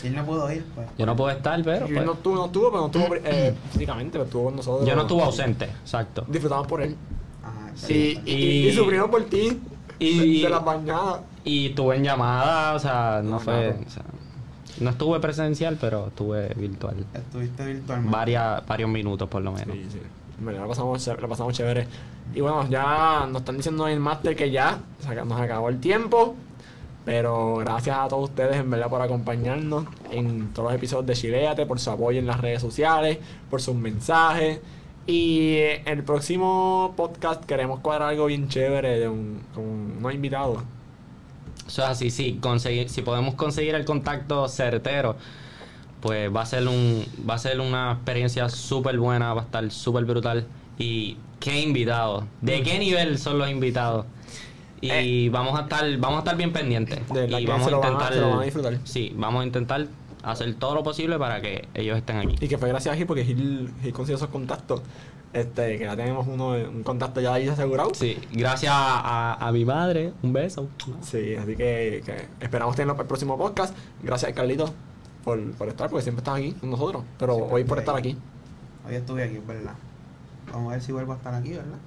Speaker 3: ¿Quién no pudo ir? Pues.
Speaker 1: Yo no puedo estar, pero.
Speaker 2: Y él no
Speaker 1: pues,
Speaker 2: estuvo, no estuvo, pero no estuvo eh, físicamente, pero estuvo con nosotros.
Speaker 1: yo no estuve ausente, exacto.
Speaker 2: Disfrutamos por él.
Speaker 3: Ajá,
Speaker 2: Y,
Speaker 3: excelente.
Speaker 2: y,
Speaker 1: Y-
Speaker 2: y sufrimos por ti.
Speaker 1: y-
Speaker 2: de, de las bañadas.
Speaker 1: Y estuve en llamada, o sea, no
Speaker 2: No,
Speaker 1: fue.
Speaker 2: claro.
Speaker 1: o sea, No estuve presencial, pero estuve virtual.
Speaker 3: Estuviste virtualmente.
Speaker 1: Varias, varios minutos por lo menos.
Speaker 4: Sí, sí.
Speaker 2: Bueno, la pasamos, la pasamos chévere. Y bueno, ya nos están diciendo en el máster que ya se ac- nos acabó el tiempo. Pero gracias a todos ustedes, en verdad, por acompañarnos en todos los episodios de Chileate, por su apoyo en las redes sociales, por sus mensajes. Y eh, el próximo podcast queremos cuadrar algo bien chévere de un, con unos invitados.
Speaker 1: O sea, si, sí, conseguir, si podemos conseguir el contacto certero, pues va a ser un va a ser una experiencia súper buena, va a estar súper brutal. Y qué invitados, de qué nivel son los invitados. Y vamos a estar vamos a estar bien pendientes.
Speaker 2: Eh. De verdad
Speaker 1: y
Speaker 2: que
Speaker 1: vamos
Speaker 2: se lo van a- se lo van a disfrutar.
Speaker 1: Sí, vamos a intentar hacer todo lo posible para que ellos estén aquí.
Speaker 2: Y que fue gracias a Gil porque Gil, Gil consiguió esos contactos. Este, que ya tenemos uno, un contacto ya ahí asegurado.
Speaker 1: Sí, gracias a, a- a mi madre, un beso.
Speaker 2: Sí, así que, que esperamos tenerlo para el próximo podcast. Gracias, Carlitos, por, por estar, porque siempre estás aquí con nosotros. Pero
Speaker 3: Siempre
Speaker 2: hoy por estar
Speaker 3: estoy ahí.
Speaker 2: aquí.
Speaker 3: Hoy estuve aquí, es verdad. Vamos a ver si vuelvo a estar aquí, ¿verdad?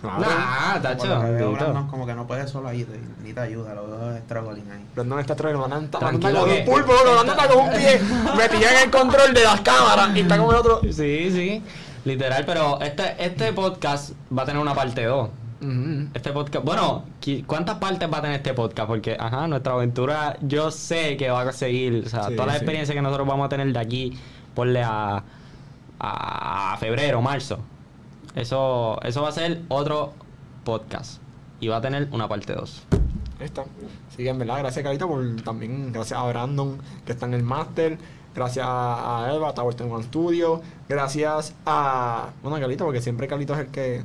Speaker 2: Claro.
Speaker 1: Nah, tacho.
Speaker 3: Cuando me veo
Speaker 1: Tito.
Speaker 3: Brandon como que no puede solo ahí, te- ni te ayuda, lo veo struggling ahí.
Speaker 2: Pero no está atrás, lo mandan está
Speaker 1: Tranquilo
Speaker 2: mandando con
Speaker 1: que-
Speaker 2: un pulpo, lo mandan está con un pie. Me pillé en el control de las cámaras y está con el otro.
Speaker 1: Sí, sí. Literal, pero este, este podcast va a tener una parte 2.
Speaker 2: Ujú.
Speaker 1: Este podcast, bueno, qui- ¿cuántas partes va a tener este podcast? Porque, ajá, nuestra aventura yo sé que va a seguir. O sea,
Speaker 2: Sí,
Speaker 1: todas las
Speaker 2: sí.
Speaker 1: experiencias que nosotros vamos a tener de aquí, ponle a, a febrero, marzo. Eso, eso va a ser otro podcast. Y va a tener una parte 2.
Speaker 2: Ahí está. Así que en verdad, gracias Carito por también, gracias a Brandon que está en el máster, gracias a Elba, está vuelto en One Studio, gracias a bueno Carito, porque siempre Carito es el que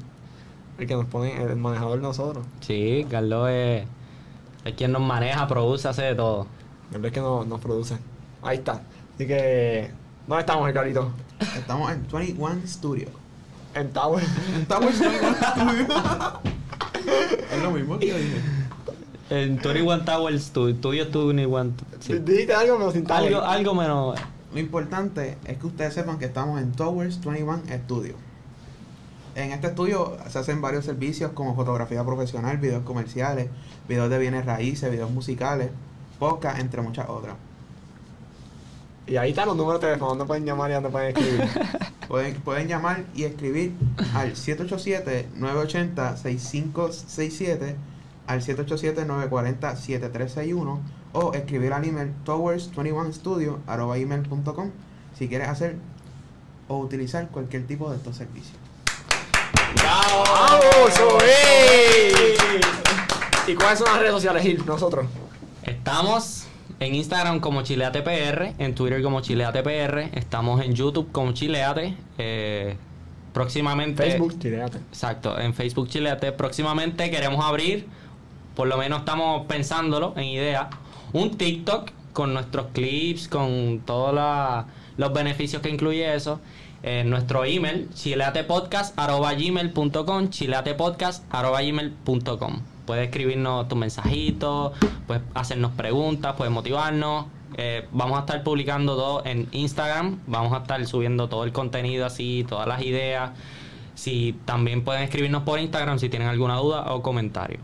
Speaker 2: el que nos pone el manejador de nosotros.
Speaker 1: Sí, Carlos es, es quien nos maneja, produce, hace de todo.
Speaker 2: El es que no- nos produce. Ahí está. Así que ¿dónde estamos el Carito?
Speaker 3: Estamos en 21 Studio.
Speaker 2: En Tower.
Speaker 3: Estamos en 21 Studio. es lo mismo que yo dije.
Speaker 1: En 21 Towers, tu, tuyo es 21. sí. ah.
Speaker 2: Dijiste algo pero sin Tower.
Speaker 1: Algo, algo menos.
Speaker 3: Lo importante es que ustedes sepan que estamos en Towers 21 Studio. En este estudio se hacen varios servicios como fotografía profesional, videos comerciales, videos de bienes raíces, videos musicales, podcast, entre muchas otras.
Speaker 2: Y ahí están los números de teléfono, no pueden llamar y no pueden escribir.
Speaker 3: Pueden, pueden llamar y escribir al 787-980-6567, al 787-940-7361 o escribir al email towers21studio.com si quieres hacer o utilizar cualquier tipo de estos servicios.
Speaker 2: ¡Vamos! ¡Soy! ¿Y cuáles son las redes sociales, Gil? Nosotros.
Speaker 1: Estamos en Instagram como ChileatePR, en Twitter como ChileatePR, estamos en YouTube como Chileate. eh, próximamente.
Speaker 2: Facebook, chileate.
Speaker 1: Exacto, en Facebook Chileate. Próximamente queremos abrir, por lo menos estamos pensándolo en idea, un TikTok con nuestros clips, con todos la- los beneficios que incluye eso. En nuestro email, chileatepodcast.gmail.com, chileatepodcast.gmail.com. Puedes escribirnos tus mensajitos, puedes hacernos preguntas, puedes motivarnos. Eh, vamos a estar publicando todo en Instagram, vamos a estar subiendo todo el contenido así, todas las ideas. Si también pueden escribirnos por Instagram si tienen alguna duda o comentario.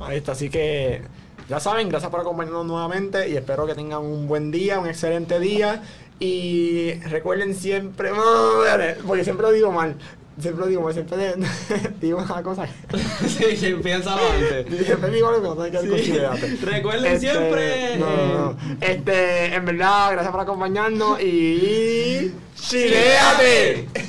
Speaker 2: Ahí está, así que ya saben, gracias por acompañarnos nuevamente y espero que tengan un buen día, un excelente día y recuerden siempre, ¡Madre! porque siempre lo digo mal, siempre lo digo mal, siempre le- digo una cosa,
Speaker 1: sí, sí, piénsalo antes.
Speaker 2: siempre digo algo que no tiene que ver con
Speaker 1: Sí.
Speaker 2: Chile.
Speaker 1: Recuerden
Speaker 2: Este,
Speaker 1: siempre.
Speaker 2: no, no, no. Este, en verdad, gracias por acompañarnos y... ¡Chileate!